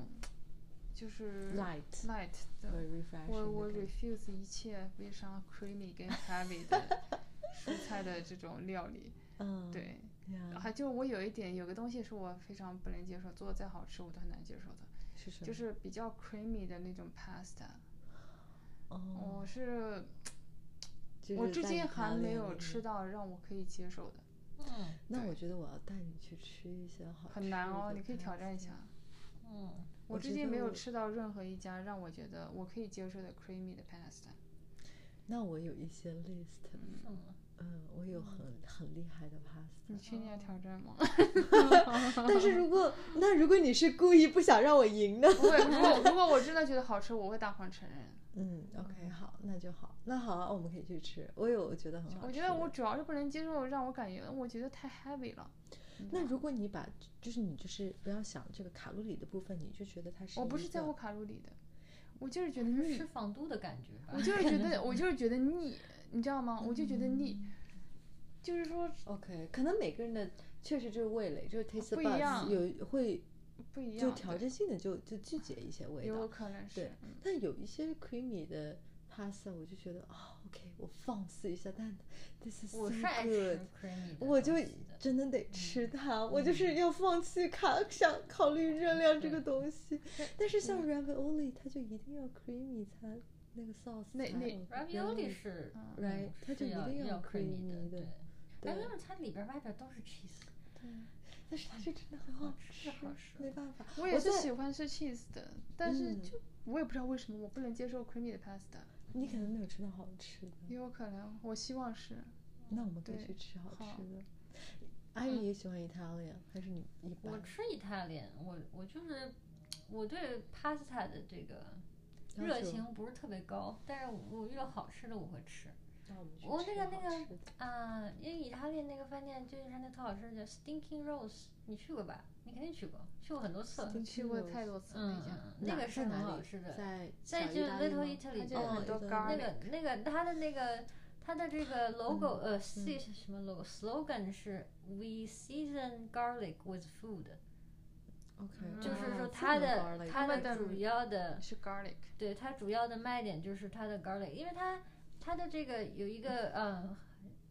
C: 就是
B: ，light
C: light
B: 和
C: 的。我我
B: refreshing 的感觉。
C: refuse 一切非常 creamy 跟 heavy 的蔬菜的这种料理。
B: 嗯，
C: 对，
B: 呀，
C: 还就是我有一点，有个东西是我非常不能接受，做的再好吃我都很难接受的，
B: 是什么？
C: 就是比较 creamy 的那种 pasta。
B: 哦，
C: 我是
B: 就
C: 我
B: 是
C: 至
B: 在
C: 今
B: 意
C: 还
B: 大
C: 没
B: 利
C: 有
B: 那
C: 吃
B: 边。
C: 到让我可以接受的，
A: 嗯
B: 那
C: 对
B: 我觉得我要带你去吃一些好
C: 很难
B: 吃
C: 哦，
B: 的
C: 你可以挑战一
B: pasta
C: 下。
A: 嗯，
B: 我
C: 我至
B: 觉
C: 今
B: 得
C: 没有
B: 我
C: 吃到任何一家让我觉得我可以接受的 creamy 的 pasta。
B: 那我有一些 list，
A: 是吗？
B: 嗯，我有很很厉害的 pasta。
C: 你确定要挑战吗？
B: 但是如果那如果你是故意不想让我赢呢？
C: 不会，如果如果我真的觉得好吃，我会大方承认。
B: 嗯，OK，好，那就好，那好啊，我们可以去吃。我有觉得很啊好吃的。
C: 我觉得我主要是不能接受，让我感觉我觉得太 heavy 了。
B: 嗯那如果你把就是你就是不要想这个卡路里的部分，你就觉得它是
C: 我不
B: 一
C: 是在
B: 个啊
C: 乎卡路里的，我就是觉得
B: 嗯
C: 腻
A: 吃，防肚的感觉吧
C: 我。就是觉 得我就是觉得腻，你知道吗？我就觉得腻，
B: 嗯
C: 就是说
B: OK，可能每个人的确实就是味蕾，就是 taste
C: 不一样
B: buds 有会
C: 不一样
B: 就
C: 的，
B: 调整性的就就拒绝一些味
C: 有
B: 道，
C: 可能
B: 对
C: 是。。嗯
B: 但有一些 creamy 的 pasta，我就觉得啊、o k 我放肆一下，但 this is
A: 我
B: so
A: 是爱
B: good
A: 吃。creamy 的
B: 我就
A: 东西的
B: 真的得吃它，我
A: 嗯
B: 就是要放弃卡，想考虑热量这个东西。但是
A: 嗯
B: 像 ravioli，它就一定要 creamy 才那个 sauce
C: 那
B: 才
C: 那
B: OK
A: ravioli 是
C: 嗯
A: 嗯
B: 嗯 right，它就是一
A: 要
B: 定
A: 要 creamy
B: 的，
A: 对。
B: 对
A: ravioli 它里边儿外边儿都是 cheese，
B: 但是它是真的很
A: 好
B: 好
A: 吃好吃
B: 没办法。
C: 我也是
B: 在
C: 喜欢吃 cheese 的，但是
B: 嗯
C: 就我也不知道为什么我不能接受 creamy 的 pasta，
B: 你可能没有吃到好吃
A: 嗯
B: 的，
C: 也有可能我希望是
B: 那我们可以
C: 对
B: 去吃好
C: 好
B: 吃的。阿姨也喜欢 Italian，还是你一
A: 嗯我
B: 般？
A: 吃意大利，我我就是我对 pasta 的这个
B: 要
A: 热
B: 求
A: 情不是特别高，但是我遇到好吃的我会吃。
B: 那我们去
A: 我
B: 吃
A: 那个
B: 好
A: 那个
B: 吃的
A: 啊，因为意大利那个饭店旧金山那特好吃叫 Stinking Rose，你去过吧？你肯定去过，呃去过很多次。
B: Stinking
C: 去过太多次
A: 嗯
C: 那，家，
A: 嗯那
B: 哪
A: 个是
B: 在
A: 很
B: 哪
A: 好
B: 里
A: 吃的。
B: 在
A: 在
B: 小
A: 就
B: 意
A: 是
B: 大利
A: Little
B: 吗
A: Italy
C: 它就有
A: 的
B: 哦
C: 很多
B: ，Italy
A: 那
C: garlic
A: 个那个它的那个它的这
B: 嗯
A: 个 logo 呃 s slogan 是 We season garlic with food，
B: OK，
A: 就是说
B: 哦
A: 它
B: 这么
A: 的
B: garlic
A: 它
C: 他
A: 的
C: 们的
A: 主要
B: 嗯
A: 的
C: 是 garlic，
A: 对它主要的卖点就是它的 garlic，因为它它的这个有一个呃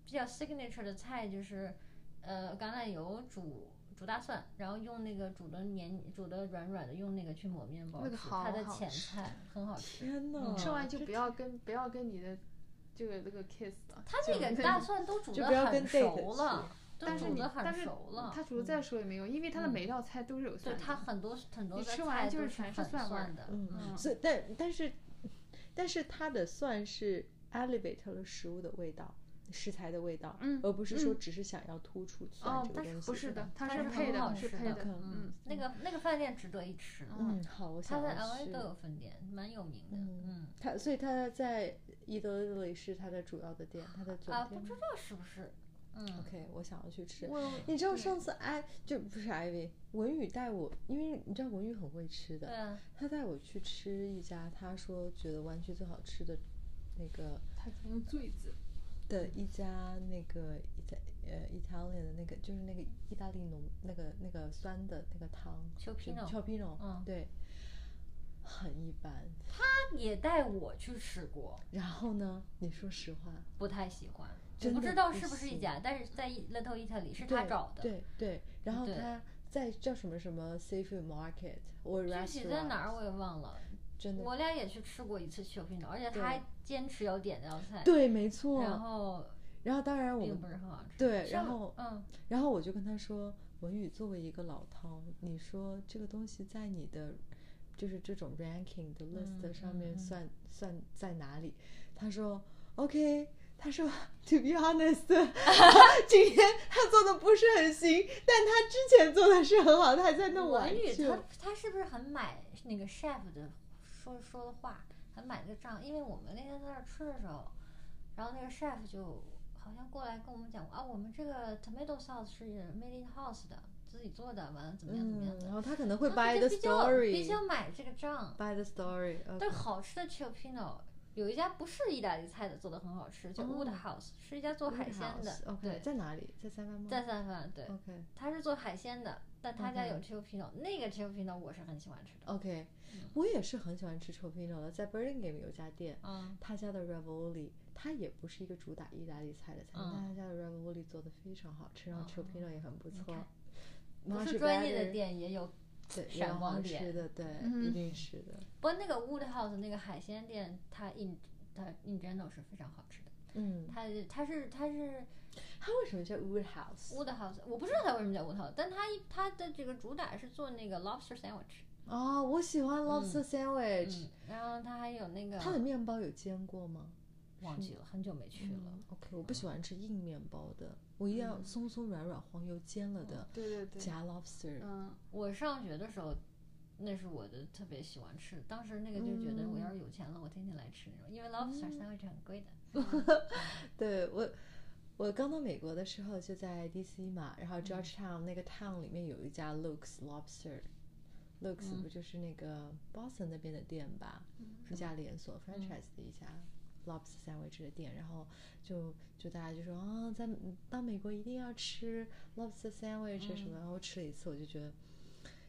A: 比较 signature 的菜就是呃橄榄油煮煮大蒜，然后用那个煮的绵煮的软软的，用那个去抹面包
C: 那
A: 吃，
C: 个
A: 它
C: 好
A: 的
C: 好
A: 前
C: 吃
A: 菜很好吃。
B: 天哪！
C: 吃完
B: 哦
C: 就
B: 这
C: 不要跟不要跟你的这个这个 kiss 了，
A: 它这个大蒜都煮
B: 就
A: 得
B: 不要跟
A: 很
B: date
A: 熟了，都
C: 但是
A: 煮
C: 你
A: 得
C: 但
A: 很
C: 是
A: 熟了。
C: 它煮的再熟也没用，因为它的
A: 嗯
C: 每一道菜都是有
A: 对
C: 蒜
A: 它
C: 的，
A: 很多很多
C: 你
A: 的
C: 吃完
A: 菜
C: 就
A: 都
C: 是
A: 是
C: 全是
A: 很
C: 蒜味儿
A: 蒜的，
B: 嗯，
C: 嗯
B: 所以但但是但是它的蒜是 elevate 了食物的味道。食材的味道，
C: 嗯
B: 而不是说
C: 嗯
B: 只是想要突出蒜
C: 哦
B: 这，个
C: 但
B: 东
C: 是
B: 西。
C: 不是的，它
A: 它是
C: 配
A: 很好
C: 的，
A: 吃
C: 是配
A: 的
C: 的，
A: 嗯
C: 嗯，，
A: 那个那个饭店值得一吃。
B: 嗯，好，我
A: 它
B: 想
A: 在
B: 要
A: LA
B: 去
A: 都有分店，蛮有名的。
B: 嗯
A: 嗯，
B: 它所以它在意大利是它的主要的店，它的总
A: 啊，不
B: 店。
A: 知道是不是？嗯，
B: OK，我想要去吃。
C: 我
B: 你知道
C: 对
B: 上次艾就不是艾薇文宇带我，因为你知道文宇很会吃
A: 对
B: 的，
A: 啊，
B: 他带我去吃一家他说觉得湾区最好吃的那个
C: 它可能用醉字，
B: 的一家那个意大呃 Italian 的那个就是那个意大利浓那个那个酸的那个汤
A: Chopino
B: Chopino，
A: 嗯
B: 对，很一般。
A: 他也带我去吃过，
B: 然后呢，你说实话，
A: 不太喜欢。我
B: 真
A: 不
B: 的
A: 知道
B: 不
A: 是不是一
B: 行
A: 家，但是在 Little Italy 是
B: 对
A: 他找的。
B: 对对，然后
A: 对
B: 他在叫什么什么 seafood market 或
A: 具
B: restaurant，
A: 体在哪儿我也忘了。
B: 真的
A: 我俩也去吃过一次去拼岛，而且
B: 对
A: 他还坚持要点那道菜，
B: 对，没错。
A: 然后
B: 然后当然我
A: 并
B: 们
A: 不是很好吃。
B: 对，
A: 是
B: 然
A: 吗
B: 后
A: 嗯，
B: 然后我就跟他说，文宇作为一个老饕，你说这个东西在你的就是这种 ranking 的 list
A: 嗯
B: 上
A: 嗯
B: 面
A: 嗯
B: 算、算在哪里？他说 OK，他说 To be honest，今天他做的不是很行，但他之前做的是很好，他还在那玩
A: 文宇
B: 去
A: 他他是不是很买那个 chef 的说说的话，很买这个账？因为我们那天在那儿吃的时候，然后那个 chef 就好像过来跟我们讲过啊，我们这个 tomato sauce 是 made in house 的，自己做的，完了怎么样怎么样
B: 嗯，
A: 的。
B: 然后他可能会
A: 他
B: by
A: 就
B: the
A: 比较比
B: story，by
A: 较买这个账，
B: the story，o
A: 但
B: k
A: 好吃的 Chopino 有一家不是意大利菜的，做的很好吃，叫
B: 哦
A: Woodhouse，、是一家做海鲜的。
B: ，OK，
A: 对，
B: 呃在哪里？在三藩吗？
A: 在三藩，对，
B: OK。
A: 他是做海鲜的，但他家有
B: OK
A: Chopino，、那个 Chopino 我是很喜欢吃的。
B: OK，我也是很喜欢吃 Chopino 的，在 Birmingham 有家店，
A: 嗯，
B: 他家的 Ravioli，它也不是一个主打意大利菜的菜，
A: 嗯
B: 但他家的 Ravioli 做的非常好吃，然后
A: 哦
B: Chopino 也很不
A: 你
B: 错
A: 看。不
B: Much
A: 是专业的
B: better，
A: 店也有，
B: 对，
A: 闪
B: 然
A: 光
B: 后
A: 点
B: 是的，对，一
C: 嗯
B: 定是的。
A: 不过那个 Woodhouse 那个海鲜店，它 in 它 in general 是非常好吃的。
B: 嗯，
A: 它它是它是
B: 他为什么叫 Woodhouse？
A: Woodhouse，我不知道它为什么叫 Woodhouse，但它一它的这个主打是做那个 lobster sandwich，
B: 哦，我喜欢 lobster
A: 嗯
B: sandwich，
A: 嗯，然后它还有那个
B: 它的面包有煎过吗？
A: 忘记了，很久没去了。
B: OK，我不喜欢吃硬面包的，我一定要松松软软、黄油煎了的
C: 对对对，
B: 夹 lobster。
C: 嗯，
A: 我上学的时候，那是我的特别喜欢吃，当时那个就觉得我要是有钱了，我天天来吃那种，因为 lobster sandwich 很贵的。
C: 嗯
B: 对我，我刚到美国的时候就在 DC 嘛，
A: 嗯
B: 然后 Georgetown 那个 town 里面有一家 Luke's Lobster。Luke's
A: 嗯
B: 不就是那个 Boston 那边的店吧？一
A: 嗯
B: 家连锁 franchise 的一家 lobster sandwich 的店，然后就就大家就说啊，在到美国一定要吃 lobster sandwich 什
A: 嗯
B: 么，然后吃了一次，我就觉得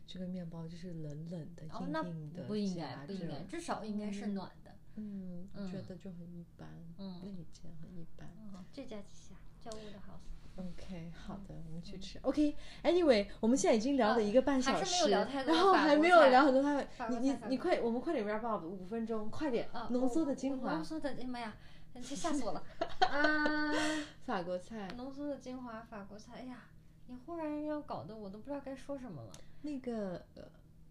B: 这个面包就是冷冷的、
A: 哦，那
B: 硬硬的，
A: 不应
B: 夹
A: 该，不应
B: 着
A: 该，至少应该是暖的。
B: 嗯，
A: 嗯
B: 觉得就很一般，
A: 嗯
B: 那一件很一般。
A: 嗯，这家旗下叫 Wood House，
B: OK，好
A: 嗯
B: 的，我们去吃。OK，Anyway，、我们现在已经聊了一个半小
A: 哦还是
B: 时，
A: 没有聊太多
B: 然后
A: 法
B: 还
A: 国
B: 没有
A: 菜
B: 聊很多他
A: 法
B: 你
A: 国
B: 你
A: 菜法
B: 你
A: 国
B: 快，我们快点 wrap up，五分钟，快点，
A: 啊，
B: 浓缩的
A: 我
B: 精
A: 我
B: 华
A: 浓，缩的，哎呀妈呀，吓死我 了！啊，
B: 法国菜。
A: 浓缩的精华，法国菜，哎呀，你忽然要搞得我都不知道该说什么了。
B: 那个呃，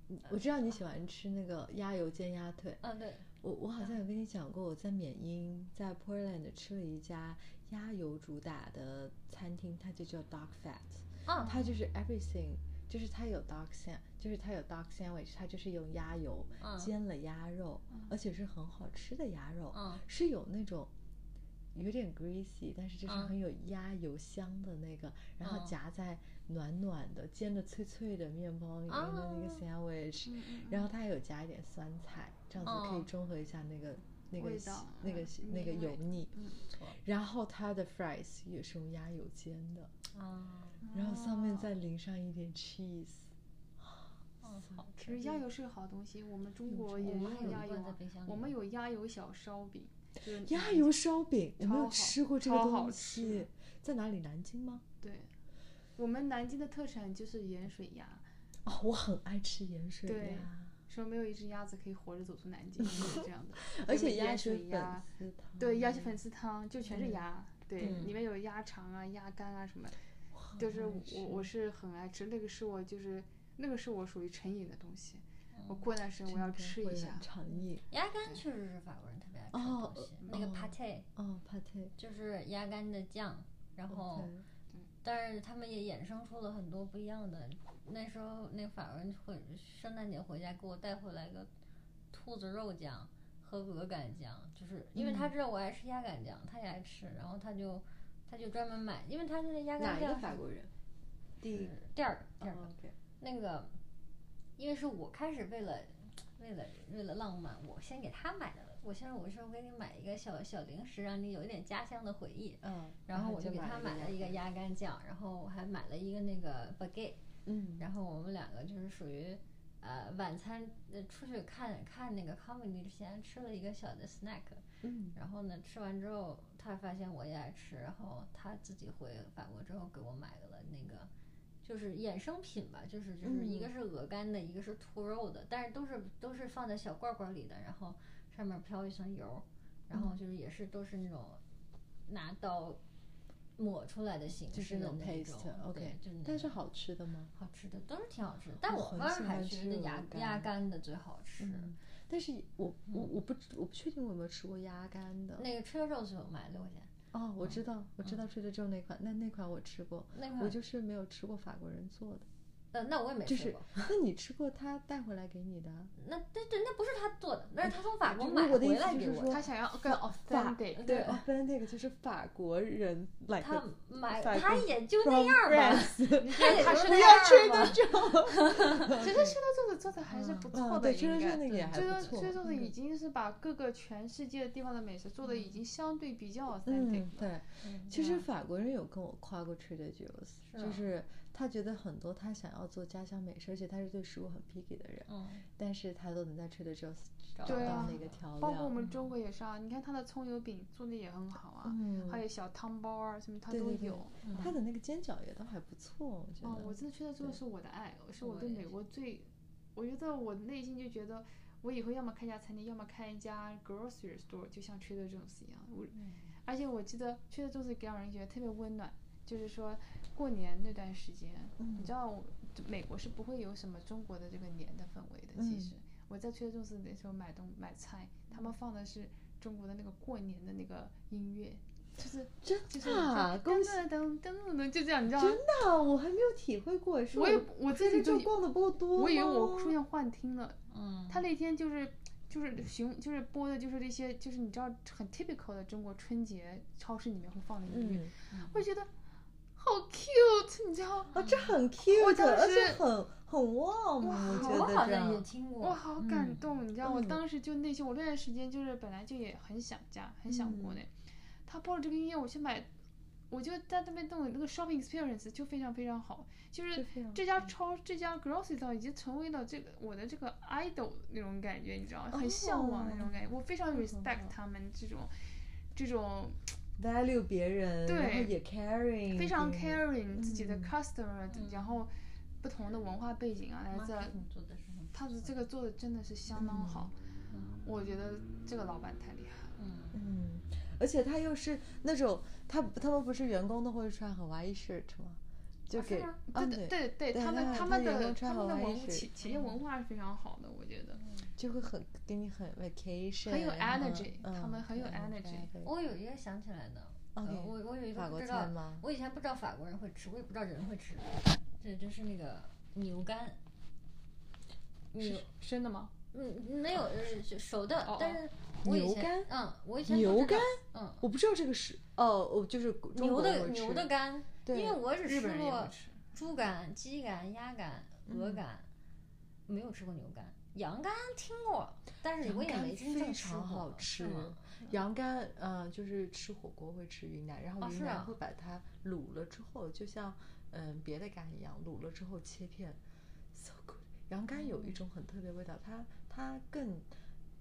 B: 你我知道你喜欢吃那个鸭油煎鸭腿，
A: 嗯，对，
B: 我我好像有跟你讲过，我在缅因在 Portland 吃了一家鸭油主打的餐厅，它就叫 Dog Fat，
A: 啊，
B: 它就是 everything，就是它有 dog san，就是它有 dog sandwich，它就是用鸭油
A: 嗯
B: 煎了鸭肉，
C: 嗯
B: 而且是很好吃的鸭肉，
A: 嗯
B: 是有那种。有点 greasy，但是就是
A: 嗯
B: 很有鸭油香的那个，然后
A: 嗯
B: 夹在暖暖的、煎的脆脆的面包里面的那个
A: 啊
C: 嗯
B: sandwich，、然后它还有加一点酸菜，这样子可以
A: 哦
B: 中和一下那个那个
C: 味
B: 西
C: 道
B: 那个
C: 嗯
B: 西那个
C: 腻
B: 油
C: 味
B: 腻。
C: 嗯
B: 然后它的 fries 也是用鸭油煎的，
A: 啊，
B: 然后上面
C: 哦
B: 再淋上一点 cheese。
A: 嗯，好
C: 其实鸭油是个好东西，我们中国
A: 我
C: 也
A: 们有
C: 有
A: 一
C: 鸭油
A: 罐在
C: 啊，
A: 冰箱里，
C: 我们有鸭油小烧饼，就是
B: 鸭
C: 你
B: 油烧饼，我没
C: 超
B: 有
C: 好
B: 吃过这个
C: 超好
B: 东
C: 吃
B: 西，在哪里？南京吗？
C: 对。我们南京的特产就是盐水鸭，
B: 哦，我很爱吃盐水
C: 对
B: 鸭，。
C: 说没有一只鸭子可以活着走出南京，就是这样的
B: 而
C: 就是
B: 且鸭
C: 盐
B: 血
C: 水
B: 粉
C: 鸭，
B: 丝汤。
C: 对，鸭血粉丝汤就全是
B: 嗯
C: 鸭，对，
B: 嗯哦
C: 里面有鸭肠啊、鸭肝啊什么，
B: 我很
C: 就是
B: 爱
C: 我
B: 吃
C: 我是很爱吃，那个是我就是那个是我属于成瘾的东西，我
A: 嗯
C: 过段时间我要
B: 真的
C: 吃
B: 哦会
C: 一下
B: 很。馋瘾。
A: 鸭肝确实是法国人特别爱吃
B: 哦
A: 的东西，那个
B: 哦
A: pate
B: 哦，pate。
A: 就是鸭肝的酱，然后。
B: OK
A: 但是他们也衍生出了很多不一样的。那时候那法国人回圣诞节回家给我带回来个兔子肉酱和鹅肝酱，就是因为
B: 嗯
A: 他知道我爱吃鸭肝酱，他也爱吃，然后他就他就专门买，因为他那个鸭
B: 哪
A: 肝
B: 一个
A: 酱
B: 法国人？
A: 是
B: 第
A: 第二个第二个、
B: 哦，OK
A: 那个，因为是我开始为了为了为了浪漫，我先给他买的。我先说我说我给你买一个小小零食，让你有一点家乡的回忆。
B: 嗯，
A: 然后我啊就给他买了一个
B: 鸭，
A: 鸭肝酱，然后我还买了一个那个 baguette，
B: 嗯，
A: 然后我们两个就是属于，呃，晚餐呃出去看看那个 comedy 之前吃了一个小的 snack，
B: 嗯，
A: 然后呢吃完之后他发现我也爱吃，然后他自己回法国之后给我买了那个。就是衍生品吧，就是就是一
B: 嗯
A: 个是鹅肝的，一个是兔肉的，但是都是都是放在小罐罐里的，然后上面飘一层油，然
B: 嗯
A: 后就是也是都是那种拿刀抹出来的形
B: 就
A: 式
B: 是
A: 的
B: 种
A: 那种
B: paste，OK，
A: 对就是那
B: 但是
A: 种
B: 好吃的吗？
A: 好吃的都是挺好吃的，但
B: 我
A: 我
B: 很
A: 反
B: 喜
A: 而还
B: 欢
A: 觉
B: 吃
A: 得
B: 鹅
A: 鸭
B: 肝
A: 鸭肝的最好吃。
B: 嗯，但是我我我不知我不确定我有没有吃过鸭肝的。
A: 那个 Trader Joe's 我买六块钱，
B: 哦，我知道，我知道吃的就那款，那那款我吃过，
A: 那
B: 我
A: 块
B: 就是没有吃过法国人做的。
A: 呃那我也没
B: 就
A: 吃
B: 是
A: 过，，
B: 那你吃过他带回来给你的？啊
A: 那对对，那不是他做的，那是他从法国
B: 就
A: 买
B: 我的意
A: 回
B: 思
A: 来
B: 就
A: 给
B: 是
A: 我
B: 说
A: 的。
C: 他想要更
B: 法
C: authentic，
B: 对哦
A: 对
B: ，authentic 就是法国人来
A: 他
B: 的。
A: 买
B: 法
A: 他
B: 国
A: 也就
B: from
A: 那样吧，
B: France
C: 你
A: 他也
C: 他
A: 就是那
B: 不
A: 样
B: 要吹
A: 吧
B: 那种。
C: 其实吃的做的做的还是不
B: 嗯
C: 错的，
B: 对
C: 应
B: 吃的做
C: 该
B: 的那个也还
C: 这
B: 不
C: 个
B: 错嗯
C: 这就是已经是把各个全世界地方的美食做的已经相对比较 authentic
B: 嗯，
C: 了。
B: 对。
A: 嗯
B: 其
C: 对
B: 实
C: 吧
B: 法国人有跟我夸过 Trader Joe's，
A: 是
B: 就
A: 啊
B: 是他觉得很多他想要做家乡美食，而且他是对食物很 picky 的人，
A: 嗯，
B: 但是他都能在 Trader Joe's 找
A: 对
B: 到
C: 啊
B: 那个调
C: 包括
B: 料。
C: 我们中国也是啊，你看它的葱油饼做的也很好啊，
B: 嗯
C: 还有小汤包啊什么它
B: 对
C: 都
B: 对对
C: 有。
B: 他的那个煎饺也都还不错，我觉
C: 哦，我
B: 得。
C: 真的觉得这个是我的爱，是我
A: 我
C: 对
A: 也
C: 美
A: 是
C: 国最，我觉得我内心就觉得，我以后要么开一家餐厅，要么开一家 grocery store，就像 Trader Joe's 一样。我，而且我记得 Trader Joe's 给让人觉得特别温暖，就是说过年那段时间，你
B: 嗯
C: 知道我，美国是不会有什么中国的这个年的氛围的。其
B: 嗯
C: 实、我在 Trader Joe's 那时候买东买菜，他们放的是中国的那个过年的那个音乐，就是
B: 真
C: 就是
B: 的啊，
C: 就
B: 恭喜！
C: 噔噔噔噔噔，就这样，你知道吗
B: 真？的啊，我还没有体会过，是
C: 我也
B: 我
C: 我
B: 最
C: 自己
B: 近
C: 就
B: 就逛的不够多吗，
C: 我以为我出现幻听了，
A: 嗯，
C: 他那天就是就是熊，就是播的就是这些，就是你知道很 typical 的中国春节超市里面会放的音乐，
B: 嗯，
C: 我觉得好 cute，你知道，
B: 啊，这很
C: 我
B: cute，
C: 当
B: 而且
C: 时
B: 很很 warm，我觉
A: 我好
B: 得这
A: 像也
B: 样。
A: 听
C: 我
A: 过，
C: 好感动，你知道，我
B: 哦嗯
C: 当时就内心，我那段时间就是本来就也很想家，很想国
B: 嗯
C: 内，他播了这个音乐，我去买。我就在那边弄那个 shopping experience 就非常非常好，就是
B: 就非常
C: 这家超这家 grocery store 已经成为了这个我的这个 idol 那种感觉，你知道吗？很向往的那种感觉。我非常 respect 他们这种这种
B: value 别人，然后
C: 对
B: 也 caring，
C: 非常
B: 别人
C: caring 自己的
B: 嗯
C: customer，、然后不同的文化背景啊，来自
A: 做的是很
C: 他的这个做的真的是相当好，
A: 嗯
C: 我觉得这个老板太厉害了。
A: 嗯
B: 嗯，而且他又是那种他他们不是员工都会穿 Hawaii shirt 吗？就给
A: 吗
B: 啊
C: 对的，对
B: 对
C: 对，
B: 他
C: 他们
B: 他
C: 们
B: 员
C: 的
B: 工穿
C: 他们的
B: 好
C: 文
B: 衣
C: 企
B: 服
C: 企业文化是非常好的，我觉得
B: 就会很给你很 vacation，
C: 很有
B: 然后
C: energy，
B: 嗯
C: 他们很有 energy
A: 我有一个想起来的，呃
B: OK，
A: 我我有一
B: 法
A: 个不
B: 国
A: 知
B: 菜
A: 道，
B: 吗？
A: 我以前不知道法国人会吃，我也不知道人会吃，这就是那个牛肝，牛
C: 是真的吗？
A: 嗯没有呃是熟
C: 哦
A: 的
C: 哦，
A: 但是我以
B: 牛
A: 前嗯我以前不
B: 牛
A: 知道
B: 肝
A: 嗯
B: 我不知道这个是哦，我就是中
A: 牛
B: 国人
A: 的
B: 会
A: 牛
B: 吃
A: 的肝，因
B: 对
A: 为我只
C: 日
A: 吃
C: 本人也
A: 过
C: 会吃。
A: 猪肝、鸡肝、鸭肝、鹅
B: 嗯
A: 肝，没有吃过牛肝。羊肝听过，但是我也没真正
B: 非
A: 吃
B: 常
A: 过。嗯
B: 好
A: 是
B: 吃
A: 吗？，
B: 羊肝，呃，就是吃火锅会吃云南，然后
A: 哦
B: 云
A: 是
B: 南
A: 啊
B: 会把它卤了之后，就像嗯别的肝一样，卤了之后切片，so good。羊肝
A: 嗯
B: 有一种很特别的味道，它它更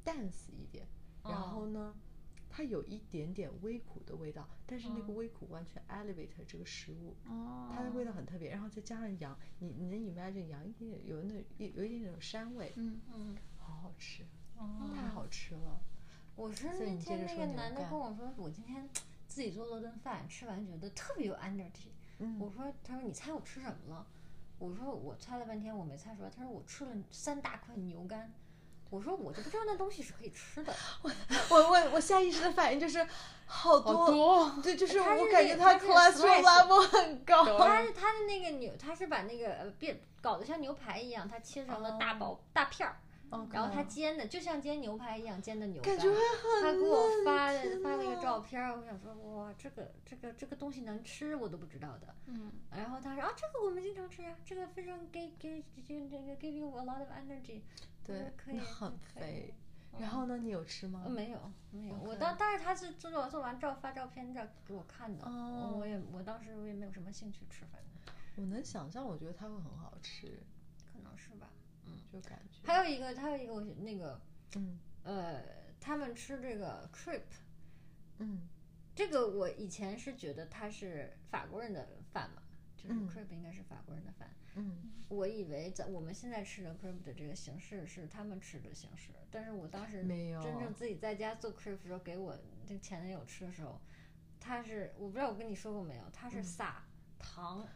B: dense 一点，然
A: 哦
B: 后呢，它有一点点微苦的味道，但是那个
A: 嗯
B: 微苦完全 elevate 这个食物，
C: 哦，
B: 它的味道很特别，然后再加上羊，你你能 imagine 羊一点点有那一有一点点有膻味，
C: 嗯，
A: 嗯，
B: 好好吃，
A: 哦
B: 太好吃了。
A: 我是
B: 所以
A: 那
B: 你接
A: 天那个
B: 着说牛
A: 男的
B: 肝
A: 跟我说，我今天自己做了顿饭，吃完觉得特别有 energy。
B: 嗯，
A: 我说，他说你猜我吃什么了？我说我猜了半天我没猜出来。他说我吃了三大块牛肝。我说我就不知道那东西是可以吃 的。
B: 我我我下意识的反应就是好多，
C: 好多，
B: 对，就是
A: 它
B: 我
A: 是
B: 感
A: 那
B: 觉
A: 个
B: 它
A: 它是 slice
B: cholesterol level 很高。
A: 他是他的那个牛，他是把那个呃变搞得像牛排一样，他切成了
B: 哦
A: 大薄、大片儿，然后他煎的就像煎牛排一样煎的牛肝。
B: 嗯感觉会
A: 他
B: 很
A: 给我
B: 嫩，
A: 发了
B: 天
A: 发了一个
B: 呐
A: 照片儿，我想说哇，这个这个这个东西能吃，我都不知道的。
C: 嗯，
A: 然后他说啊，这个我们经常吃啊，这个非常 give give give give give you a lot of energy。我说
B: 对，
A: 可以
B: 那很
A: 可以
B: 肥。然后呢，你有吃吗
A: 呃？没有没有，我
B: OK
A: 当但是他是做做完照发照片照给我看的，
B: 哦
A: 我也我当时我也没有什么兴趣吃，反正
B: 我能想象，我觉得它会很好吃，
A: 可能是吧。
B: 嗯就感觉。
A: 还有一个，还有一个我那个
B: 嗯
A: 呃，他们吃这个 crepe，
B: 嗯
A: 这个我以前是觉得它是法国人的饭嘛，就是
B: 嗯
A: crepe 应该是法国人的饭。
B: 嗯，
A: 我以为在我们现在吃的 crepe 的这个形式是他们吃的形式，但是我当时
B: 没有
A: 真正自己在家做 crepe 的时候，给我这个前男友吃的时候，他是我不知道我跟你说过没有，他
C: 嗯
A: 是撒糖，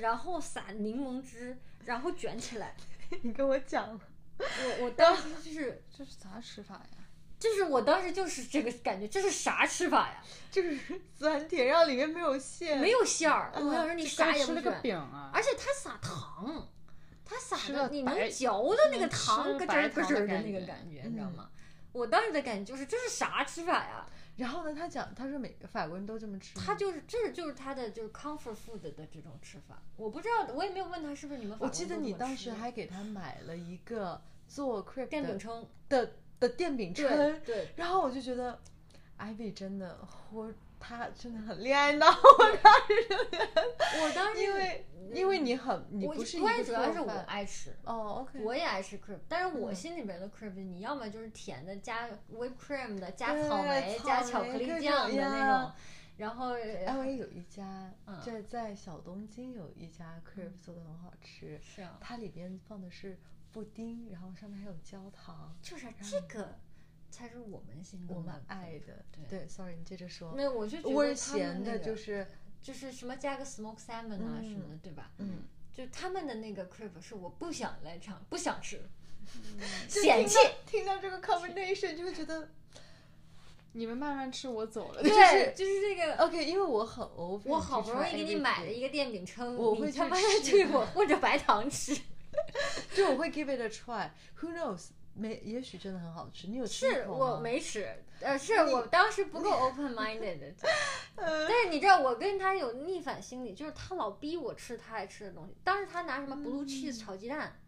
A: 然后撒柠檬汁，然后卷起来。
B: 你跟我讲了，
A: 我我当时就是
C: 这是啥吃法呀？
A: 就是我当时就是这个感觉，这是啥吃法呀？
B: 就是酸甜，然后里面没有馅，
A: 没有馅儿，
B: 嗯
A: 我想说你
C: 就
A: 啥
C: 刚
A: 也
C: 吃
A: 不
C: 了个
A: 卷，
C: 饼啊，
A: 而且它撒糖，它撒
C: 吃
A: 的
C: 了
A: 你
C: 白
A: 能嚼的那个
C: 能吃
A: 糖咯吱
C: 白
A: 儿咯
C: 糖
A: 吱儿
C: 的
A: 的
C: 感
A: 那个
C: 觉
A: 感觉，你
B: 嗯
A: 知道吗？我当时的感觉就是这是啥吃法呀？
B: 然后呢，他讲，他说每个法国人都这么吃吗。
A: 他就是这就是他的就是 comfort food 的这种吃法，我不知道，我也没有问他是不是你们法
B: 我
A: 国
B: 记
A: 人
B: 得
A: 都这
B: 你
A: 么
B: 当
A: 吃
B: 时还给他买了一个做 crepe
A: 电饼
B: 的
A: 铛，
B: 的的电饼
A: 对
B: 铛，
A: 对，
B: 然后我就觉得艾比真的活，他真的很恋爱脑，
A: 我当时
B: 因为因为你很你
A: 我
B: 不是一
A: 关
B: 个
A: 键主要是
B: 做
A: 我
B: 饭
A: 爱吃，
B: 哦，OK，
A: 我也爱吃 crepe，但是我
B: 嗯
A: 心里边的 crepe，你要么就是甜的加 whipped cream 的，加
B: 对
A: 草莓、加
B: 草
A: 巧克
B: 莓
A: 力
B: 各
A: 酱
B: 种
A: 的那种
B: 呀，哎
A: 然后
B: 艾
A: 呃
B: 薇有一家
A: 嗯
B: 在在小东京有一家 crepe 做的很好吃，
A: 是啊，
B: 它里边放的是布丁，然后上面还有焦糖，
A: 就是这个才是我们心
B: 我
A: 中
B: 们
A: 的
B: 爱
A: crepe
B: 的。
A: 对。
B: 对，sorry，你接着说。
A: 那我就觉
B: 味
A: 得
B: 儿
A: 他们
B: 咸
A: 那
B: 的
A: 个
B: 就是
A: 就是什么加个 smoked salmon 啊什么的，对吧？
B: 嗯，
A: 就是他们的那个 crepe 是我不想来尝，不想吃，
B: 嗯就
A: 嫌
B: 听
A: 弃
B: 到听到这个 combination 就会觉得
C: 你们慢慢吃，我走了。
A: 对，
B: 就呃
A: 就是这个。
B: OK，因为我很 open，
A: 我好
B: 去
A: 不容易
B: 吃
A: 给你
B: everything
A: 买了一个电饼铛，
B: 我
A: 你
B: 会
A: 他
B: 去
A: 妈的
B: 吃
A: 对我混着白糖吃。
B: 就我会 give it a try。Who knows？没，也许真的很好吃。你有吃一
A: 是
B: 口
A: 我
B: 吗
A: 没吃，呃，是我当时不够 open minded，
B: 呃
A: 但是你知道我跟他有逆反心理，就是他老逼我吃他爱吃的东西。当时他拿什么 blue
C: 嗯
A: cheese 炒鸡蛋，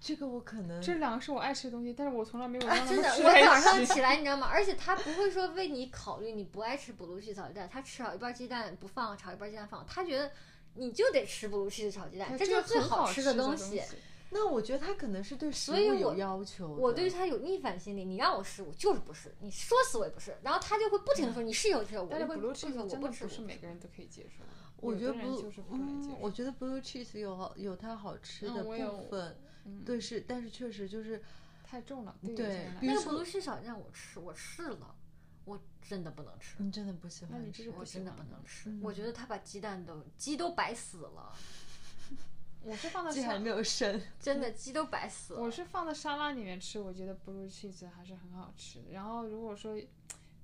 B: 这个我可能
C: 这两个是我爱吃的东西，但是我从来没有让他
A: 真
C: 们
A: 的，
C: 嗯吃
A: 我早
C: 在
A: 上
C: 一起。
A: 起来你知道吗？而且他不会说为你考虑，你不爱吃 blue cheese 炒鸡蛋，他吃好一半鸡蛋不放，炒一半鸡蛋放，他觉得你就得吃 blue cheese 炒鸡蛋，
C: 哎
A: 这
C: 这
A: 就是
C: 个
A: 最
C: 很好
A: 吃
C: 的
A: 东
C: 东
A: 西。
B: 那我觉得他可能是对食物
A: 所以我
B: 有要求的。
A: 我对他有逆反心理，你让我吃，我就是不吃，你说死我也不吃，然后他就会不停的说你是有吃，我
C: 嗯但
A: 就是会
C: blue
A: 会
C: cheese
A: 说我
C: 真的
A: 吃，
C: 不
A: 我
C: 是
A: 不吃
C: 每个人都可以接受的。
B: 我
C: 有
B: 觉得
C: 的人
B: blue，
C: 就是不能接
B: 嗯，我
C: 受。
B: 觉得 blue cheese 有好有它好吃
C: 嗯
B: 的
C: 我有
B: 部分，
C: 嗯
B: 对是，但是确实就是
C: 太重了，对有
B: 对
C: 些人来
B: 比
A: 那
B: 如
A: 个
B: 说
A: 不如是少让我吃，我试了，我真的不能吃，
B: 你嗯真的不喜
C: 那你
B: 欢
C: 这
B: 吃
C: 个。
A: 我
C: 不喜
A: 真
C: 欢
A: 的不能吃。
B: 嗯
A: 我觉得他把鸡蛋都鸡都摆死了，
C: 我是放在
B: 这还
C: 沙，
B: 没有生，
A: 真的鸡都摆死
C: 我
A: 了。
C: 是放在沙拉里面吃，我觉得 blue cheese 还是很好吃的。然后如果说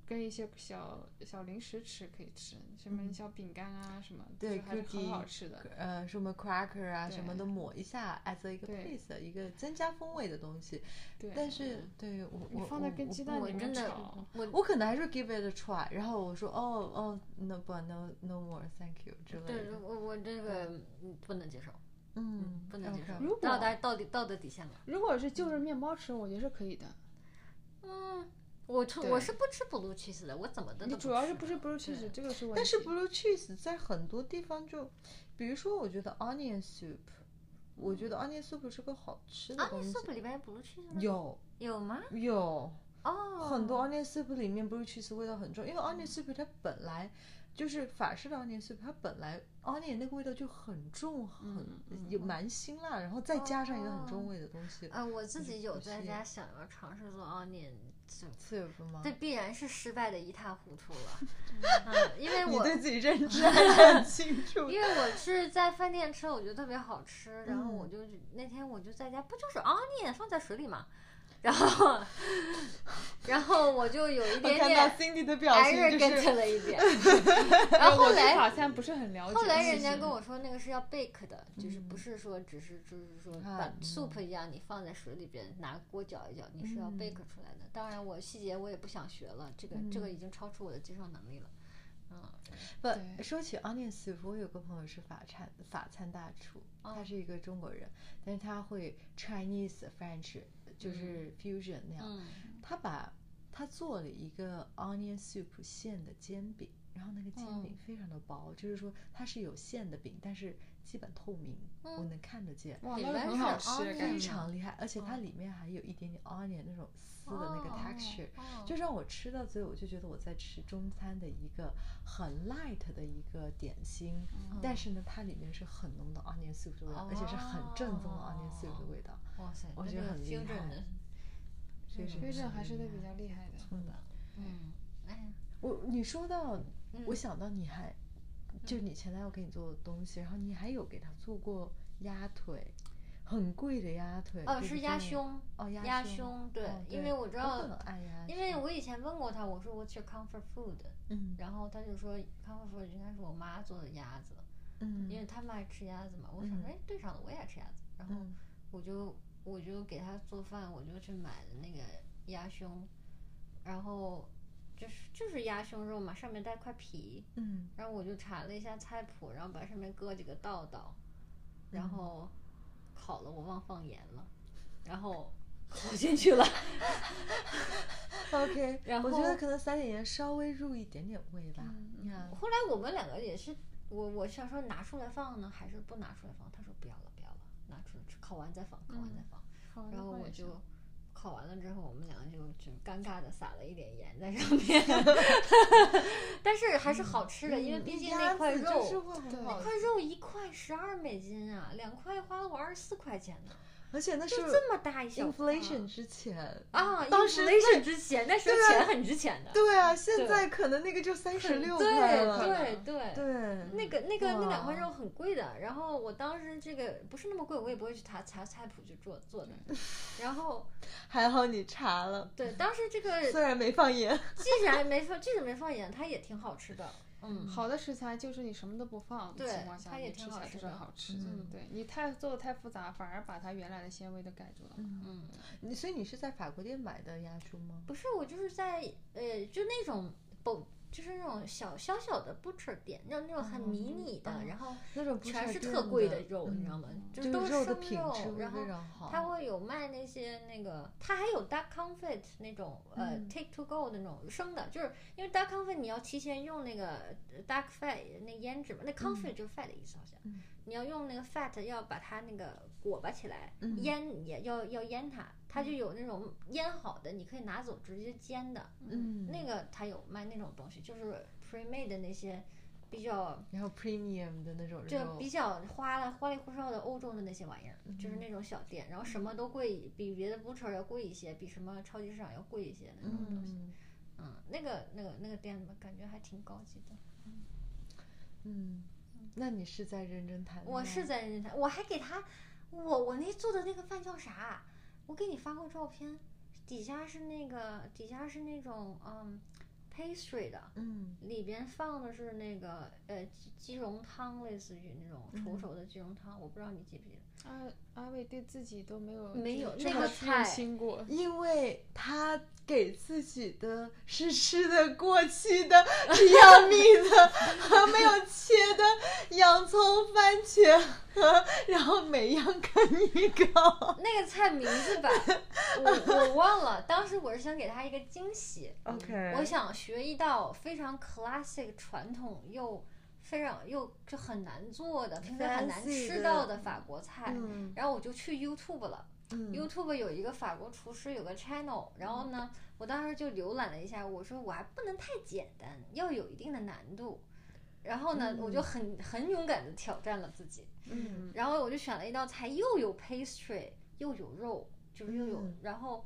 C: 跟一些小小零食吃可以吃，什么
B: 嗯
C: 小饼干啊什么，
B: 对
C: 就还是很
B: cookie
C: 好吃的。
B: 呃，什么 cracker 啊，什么
C: 对
B: 的抹一下，as a 一个
C: 对
B: base，一个增加风味的东西。
C: 对，
B: 但是
A: 嗯
B: 对我
C: 你
B: 我
C: 放在
B: 我
C: 跟
B: 我
C: 鸡蛋
A: 我
C: 里面
A: 真的
C: 炒，
A: 我
B: 我可能还是 give it a try，然后我说哦哦，no 不 no no more，thank you 之类
A: 对
B: 的。
A: 我我这个嗯不能接受，
B: 嗯，
A: 不能接受
B: OK
C: 如，
A: 到
C: 果
A: 达到底道德底线了。
C: 如果是就着面包吃，我觉得是可以的。
A: 嗯，我吃
C: 对
A: 我是不吃 blue cheese 的，我怎么的
C: 你
A: 都
C: 主要是不
A: 吃
C: 是
A: 的
C: blue cheese，这个是问题。
B: 但是 blue cheese 在很多地方就，比如说我觉得 onion soup，我觉得 onion soup 是个好吃的
A: 啊，
B: 东
A: 你
B: 西。
A: 嗯 soup 里边有 blue cheese 吗？
B: 有
A: 有吗？
B: 有
A: 哦，
B: 很多 onion soup 里面 blue cheese 味道很重，因为 onion soup 它本来就是法式的 onion soup，它本来 onion 那个味道就很重，很
C: 嗯嗯
B: 有蛮辛辣，然后再加上一个很重味的东西，
A: 啊，我自
B: 就是
A: 己
B: 不
A: 有在
B: 屑
A: 家想要尝试做 onion soup，
B: soup 吗？
A: 这必然是失败的一塌糊涂了。嗯，因为
B: 你
A: 我
B: 对自己认知还是很清楚。
A: 因为我是在饭店吃，我觉得特别好吃，然后我
B: 嗯
A: 就那天我就在家，不就是 onion 放在水里嘛，然 后然后我就有一
B: 我
A: 点
B: 看到
A: 点
B: Cindy 的表情就是
A: arrogant 了一 点，然后后
C: 我对
A: 来
C: 法餐不是很了解。
A: 后来
C: 其
A: 人家
C: 实
A: 跟我说，那个是要 bake 的，就是不
B: 嗯
A: 是说只是就是说
B: 啊
A: 把
B: 嗯
A: soup 一样，你放在水里边拿锅搅一搅，你是要
B: 嗯
A: bake 出来的。当然，我细节我也不想学了，这个这
B: 嗯
A: 个已经超出我的接受能力了。嗯，
B: 不，
C: 对
B: 说起 onion soup，我有个朋友是法餐法餐大厨，他
A: 哦
B: 是一个中国人，但是他会 Chinese French，就是 fusion 那样。
A: 嗯，
B: 他把他做了一个 onion soup 馅的煎饼，然后那个煎
C: 嗯
B: 饼非常的薄，就是说它是有馅的饼，但是基本透明，我
A: 嗯
B: 能看得见。
C: 哇，
A: 里
C: 那个
A: 面
C: 很
A: 是
C: 好吃，
A: onion
C: 感
B: 非
C: 觉
B: 常厉害，而且它
A: 嗯
B: 里面还有一点点 onion 那种丝的那个
A: 哦
B: texture，
C: 嗯
A: 哦
B: 就让我吃到最后，我就觉得我在吃中餐的一个很 light 的一个点心，
C: 嗯
B: 但是呢，它里面是很浓的 onion soup 的味道，而且是很正宗的 onion soup
C: 哦
B: 的味道，
A: 哇塞，
B: 我
A: 那
B: 觉
A: 这
B: 得
A: 个
B: 很厉
A: fusion
B: 害
A: 的
B: 所以是
C: 嗯非
B: 很
C: 常还是
B: 厉
C: 都
B: 害
C: 比较厉害的。
A: 是吧？嗯，哎呀，
B: 我你说到，
A: 嗯
B: 我想到你还，就你前男友给你做的东西，然后你还有给他做过鸭腿，很贵的鸭腿，
A: 哦，
B: 对
A: 是
B: 不
A: 鸭
B: 对，
A: 胸，
B: 哦鸭
A: 鸭
B: 胸
A: 胸，对
B: 哦，
A: 因为我知道
B: 我很，爱鸭胸，
A: 因为我以前问过他，我说 What's your comfort food？
B: 嗯
A: 然后他就说 comfort food 应该是我妈做的鸭子。
B: 嗯，
A: 因为他们爱吃鸭子嘛，我想
B: 嗯
A: 着哎对上了我也爱吃鸭子，然后
B: 嗯
A: 我就我就给他做饭，我就去买的那个鸭胸，然后就是就是鸭胸肉嘛，上面带块皮，
B: 嗯
A: 然后我就查了一下菜谱，然后把上面搁几个道道，然后烤了我忘放盐了，然后烤进去了，
B: OK，
A: 然
B: 我觉得
A: 后嗯
B: 可能撒点盐，稍微入一点点味吧。呀
A: 后来我们两个也是，我我想说拿出来放呢，还是不拿出来放？他说不要了，不要了，拿出来吃，烤完再放，烤完再放。
B: 哦
A: 然后我就烤完了之后，我们两个就就尴尬的撒了一点盐在
B: 嗯
A: 上 面，但是还是好吃的，因为毕竟那块
B: 嗯鸭子就是
A: 肉，
B: 会很
C: 对
B: 好
A: 那
B: 吃
A: 块肉一块十二美金啊，两块花了我二十四块钱呢。
B: 而且那
A: 就是这么大一小块儿
B: inflation 之前
A: 啊，
B: 当时
A: inflation 之前那时候
B: 对啊
A: 钱很值钱的，
B: 对啊，现
A: 对
B: 在可能那个就三十六块了，
A: 对对对
B: 对，
A: 那个那个那两块
B: 哇
A: 肉很贵的，然后我当时这个不是那么贵，我也不会去查查菜谱去做做的。
B: 嗯
A: 然后
B: 还好你查了，
A: 对，当时这个
B: 虽然没放盐，
A: 既然没放，即使没放盐，它也挺好吃的。嗯，
C: 好的食材就是你什么都不放的
A: 对
C: 情况下，
A: 它也
C: 你
A: 挺
C: 吃起
A: 好
C: 来
A: 吃
C: 就是
A: 的
C: 好吃的。
B: 嗯
C: 对你太做的太复杂，反而把它原来的鲜味都盖住了。
A: 嗯，
B: 你所以你是在法国店买的鸭猪吗？
A: 不是，我就是在呃，就那种不就是那种小小小的 butcher 店，那那种很迷你的，
B: 嗯
A: 然后
B: 那种不
A: 哦全是
B: 店
A: 特贵
B: 的嗯
A: 的嗯肉，你知道吗？就
B: 就是是
A: 都是
B: 肉的
A: 生
B: 品质会
A: 然后
B: 非常好。
A: 它会有卖那些那个，它还有 duck confit 那种呃、
B: 嗯
A: take to go 的那种生的，就是因为 duck confit 你要提前用那个呃 duck fat 那腌制嘛，那 confit 就是 fat 的意思好像，
B: 嗯
A: 你要用那个 fat 要把它那个裹巴起来，
B: 嗯
A: 腌也要要腌它，它就有那种腌好的，你可以拿走直接煎的，
B: 嗯，
A: 那个它有卖那种东西，就是 pre made 的那些比较
B: 然后 premium 的那种
A: 就
B: 肉，
A: 比较花了花里胡哨的欧洲的那些玩意儿，就是那种小店，然后什么都贵，比别的 butcher 要贵一些，比什么超级市场要贵一些的那种东西。
B: 嗯
A: 嗯，那个那个那个店吧，感觉还挺高级的。
B: 嗯，那你是在认真谈？
A: 我是，在认真，我还给他，我我那做的那个饭叫啥？我给你发过照片，底下是那个底下是那种嗯 pastry 的，
B: 嗯
A: 里边放的是那个呃鸡鸡茸汤，类似于那种稠
B: 嗯
A: 稠的鸡茸汤，我不知道你记不记得。
C: 阿阿伟对自己都没有
A: 没有
C: 这
A: 那
C: 么
A: 个
C: 去
A: 菜
C: 用心过，
B: 因为他给自己的是吃的过期的提 要命的和没有切的洋葱、番茄和，然后每样啃一口。
A: 那个菜名字吧，我我忘了。当时我是想给他一个惊喜，
B: OK，
A: 我想学一道非常 classic 传统又非常又就很难做的，平时很难
B: Fancy
A: 吃
B: 的
A: 到的法国菜。
B: 嗯
A: 然后我就去 YouTube 了、
B: 嗯
A: y o u t u b e 有一个法国厨师有个 channel，然后呢，我当时就浏览了一下，我说我还不能太简单，要有一定的难度。然后呢，我就很很勇敢的挑战了自己。
B: 嗯
A: 然后我就选了一道菜，又有 pastry 又有肉，就是又有，
B: 嗯
A: 然后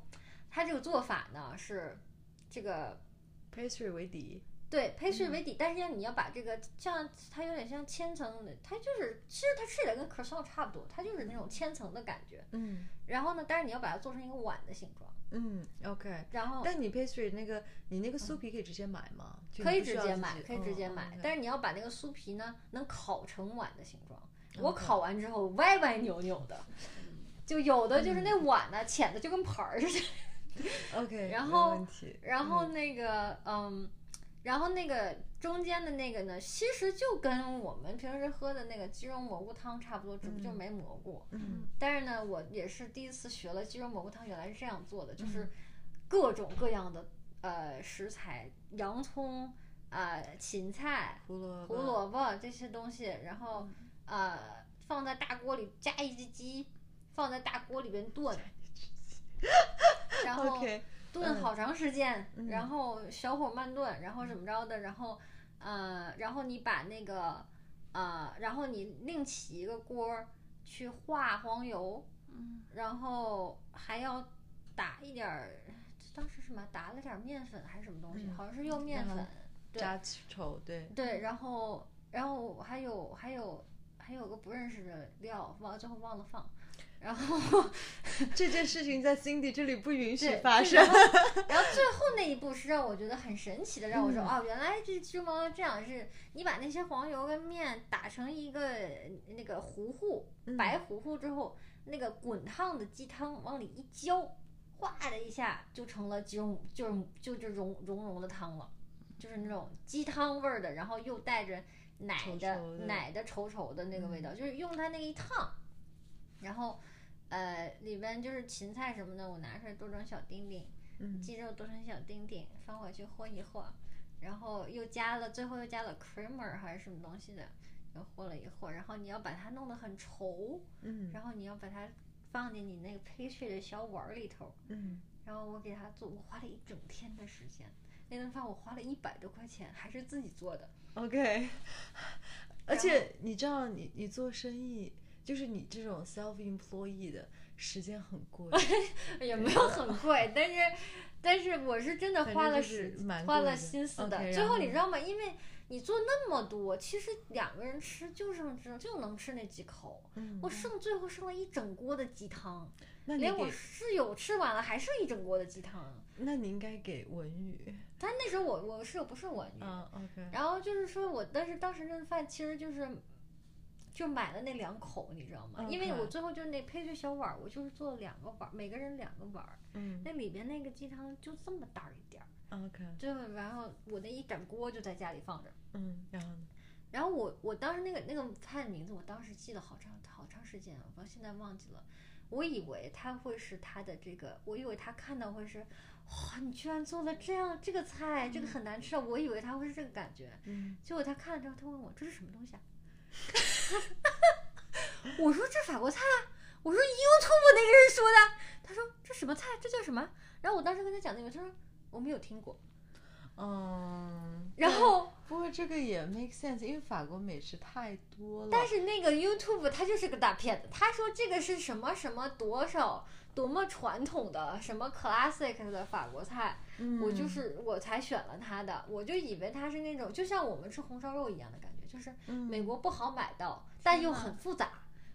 A: 它这个做法呢是这个
B: pastry 为底，
A: 对 pastry
B: 嗯
A: 为底，但是要你要把这个像它有点像千层的，它就是其实它吃起来跟 croissant 差不多，它就是那种千层的感觉。
B: 嗯
A: 然后呢，但是你要把它做成一个碗的形状，
B: 嗯，OK。
A: 然后
B: 但你 pastry 那个，你那个酥皮可以直接买吗？就
A: 可
B: 你
A: 以
B: 不
A: 直
B: 需要
A: 接
B: 自
A: 买，
B: 己
A: 可以直接
B: 嗯
A: 买，
B: ，OK
A: 但是你要把那个酥皮呢能烤成碗的形状。
B: 嗯
A: 我
B: 对
A: 烤完之后歪歪扭扭的，就有的就是那碗
B: 嗯
A: 呢浅的就跟盘儿似的。
B: OK，
A: 然
B: 没
A: 后
B: 问题
A: 然后那个嗯，然后那个中间的那个呢，其实就跟我们平时喝的那个鸡茸蘑菇汤差不多，只不过就
B: 嗯
A: 没蘑菇。
B: 嗯
A: 但是呢，我也是第一次学了鸡茸蘑菇汤，原来是这样做的，
B: 嗯
A: 就是各种各样的呃食材，洋葱啊、呃芹菜、
B: 胡萝
A: 胡
B: 卜
A: 萝卜这些东西，然
B: 嗯
A: 后呃放在大锅里加一只鸡，放在大锅里边炖， 然后。
B: OK，
A: 炖
B: 嗯
A: 好长时间，
B: 嗯
A: 然后小火慢炖，然后怎么着的，然后呃，然后你把那个呃，然后你另起一个锅儿去化黄油，
C: 嗯，
A: 然后还要打一点儿，当时什么打了点儿面粉还是什么东西，
B: 嗯
A: 好像是用面
B: 然后
A: 粉，对
B: 加稠对，
A: 对，然后然后还有还有还有个不认识的料，忘最后忘了放，然后。
B: 这件事情在 Cindy 这里不允许
A: 对
B: 发
A: 对
B: 生。
A: 然 后然后最后那一步是让我觉得很神奇的，让我说、
B: 嗯
A: 哦，原来这鸡毛这样是，你把那些黄油跟面打成一个那个糊糊，
B: 嗯
A: 白糊糊之后，那个滚烫的鸡汤往里一浇，哗的一下就成了鸡茸，就是就就融融融的汤了，就是那种鸡汤味儿的，然后又带着奶
B: 稠
A: 的
B: 稠的
A: 奶的稠稠的那个味道，就是用它那一烫，然后。呃，里边就是芹菜什么的，我拿出来剁成小丁丁，
B: 嗯
A: 鸡肉剁成小丁丁，放回去和一和，然后又加了，最后又加了 creamer 还是什么东西的，又和了一和，然后你要把它弄得很稠，
B: 嗯
A: 然后你要把它放进你那个 pastry 的小碗儿里头，
B: 嗯，
A: 然后我给它做，我花了一整天的时间，那顿饭我花了一百多块钱，还是自己做的，
B: OK，而
A: 然
B: 且你知道你，你做生意，就是你这种 self employee 的，时间很 贵，
A: 也没有很贵，但是但是我是真的
B: 反
A: 花
B: 正
A: 了
B: 就
A: 时
B: 是蛮
A: 花
B: 贵
A: 了
B: 的
A: 心思
B: OK，
A: 的。最
B: 然
A: 后你
B: 后
A: 知道吗？因为你做那么多，其实两个人吃就是只就能吃那几口，
B: 嗯
A: 我剩最后剩了一整锅的鸡汤，
B: 那你
A: 连我
B: 给，
A: 室友吃完了还剩一整锅的鸡汤。
B: 那你应该给文宇。
A: 但那时候我我室友不是我女，
B: 嗯，OK，
A: 然后就是说我，但是当时那顿饭其实就是。就买了那两口，你知道吗？因为我
B: 嗯 OK
A: 最后就是那配对小碗儿，我就是做了两个碗儿，每个人两个碗儿，
B: 嗯
A: 那里边那个鸡汤就这么大一点儿，
B: ，OK，
A: 最后然后我那一整锅就在家里放着。
B: 嗯，然后呢？
A: 然后我我当时那个那个菜名字，我当时记了好长好长时间啊，我现在忘记了。我以为他会是他的这个，我以为他看到会是，哇、你居然做了这样这个菜，这个很难吃啊！我以为他会是这个感觉，
B: 嗯，
A: 结果他看了之后，他问我这是什么东西啊？ 我说这法国菜啊，我说 YouTube 那个人说的。他说这什么菜？这叫什么？然后我当时跟他讲那个，他说我没有听过。
B: 嗯，
A: 然后，
B: 不过这个也 make sense，因为法国美食太多了。
A: 但是那个 YouTube 他就是个大骗子，他说这个是什么什么多少多么传统的什么 classic 的法国菜，
B: 嗯
A: 我就是我才选了他的，我就以为他是那种就像我们吃红烧肉一样的感觉，就是
B: 嗯
A: 美国不好买到，但又
B: 呐
A: 很复杂。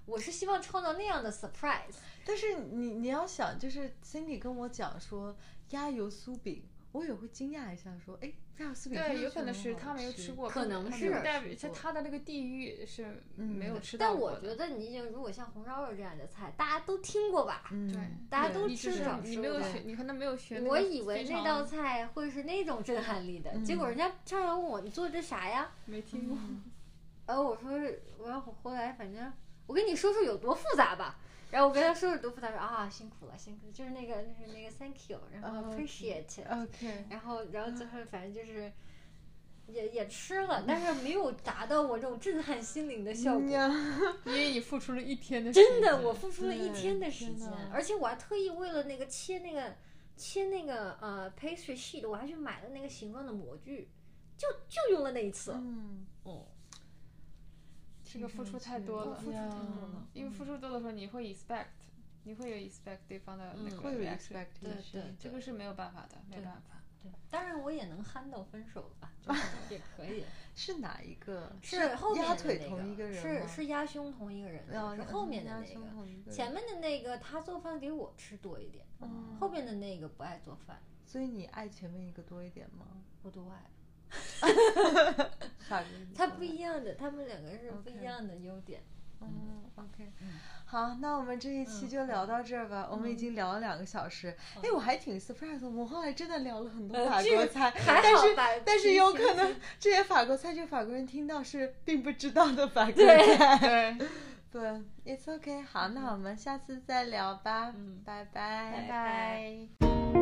A: 我是希望创造那样的 surprise，
B: 但是你你要想，就是 Cindy 跟我讲说鸭油酥饼，我也会惊讶一下，说，哎，鸭油酥饼
C: 对，
B: 真
C: 有可
B: 的很
C: 能是
B: 好
C: 他没有
B: 吃
C: 吃，
A: 嗯
C: 过，
A: 可能
C: 他没
A: 是
C: 有代表
B: 吃
C: 在
B: 过
C: 他的那个地域是没有
B: 嗯
C: 吃到
A: 但
C: 过
A: 我
C: 的。
A: 觉得你已经如果像红烧肉这样的菜，大家都听过吧？
B: 嗯，
C: 对，
A: 大家
C: 对
A: 都
C: 你只
A: 吃
C: 是
A: 到
C: 你
A: 吃
C: 没有
A: 过
C: 学，你可能没有学那个
A: 我
C: 非常。嗯
A: 以为那道菜会是那种震撼力的，结果人家上来问我你做这啥呀？
C: 没听过，
A: 嗯然后我说我要回来，反正我跟你说说有多复杂吧。然后我跟他说说多复杂，说啊辛苦了辛苦了，就是那个就是那个 thank you，然后
B: 哦
A: appreciate，、
B: OK，
A: 然后然后最后反正就是。也也吃了，但是没有达到我这种震撼心灵
B: 嗯
A: 的效果。
C: 因为你付出了一天的时
A: 真的，
C: 间
A: 我付出了一
B: 对
A: 天的时
B: 天
A: 间
B: 呐，
A: 而且我还特意为了那个切那个切那个呃 pastry sheet，我还去买了那个形状的模具，就就用了那一次。
B: 嗯，
A: 哦，
C: 这个付出太多
A: 我
B: 哦
C: 了，嗯
A: 付出太多了。
C: 因
B: 嗯
C: 为付出多的时候你会 expect，你会有 expect 对方的
A: 嗯
C: 那个
B: 会有
C: reaction，
B: expectation，
A: 对
C: 这个是没有办法的，没有
A: 对
C: 办法。
A: 对，当然我也能憨到分手吧，就是 也可以。
B: 是哪一个？
A: 是后面
B: 鸭
A: 的
B: 腿
A: 那
B: 同一
A: 个，
B: 个人
A: 是
B: 吗
A: 是鸭胸同一个人
B: 哦
A: 的，是后面的
B: 鸭
A: 那
B: 胸
A: 个。
B: 同一个人
A: 前面的那个他做饭给我吃多一点，
B: 嗯
A: 后面的那个不爱做饭，
B: 所以你爱前面一个多一点吗？
A: 我都爱。
B: 法国人
A: 他
B: 多
A: 不
B: 吗
A: 一样的，他们两个是不
B: OK
A: 一样的优点。
B: 嗯，OK，
A: 嗯
B: 好，那我们这一期
A: 嗯哦
B: 就聊到这儿吧。我们已经聊了两个小时，哎，我还挺 surprise，的我们后来真的聊了很多
A: 呃
B: 法
A: 这
B: 国
A: 个
B: 菜，
A: 还
B: 但
A: 好
B: 是
A: 吧
B: 但是
A: 提
B: 有
A: 提
B: 可能这些法国菜就法国人听到是并不知道的法国菜。
C: 对。
B: 对，It's OK，好，那我们下次再聊吧，
A: 嗯
B: 拜拜，
C: 拜拜。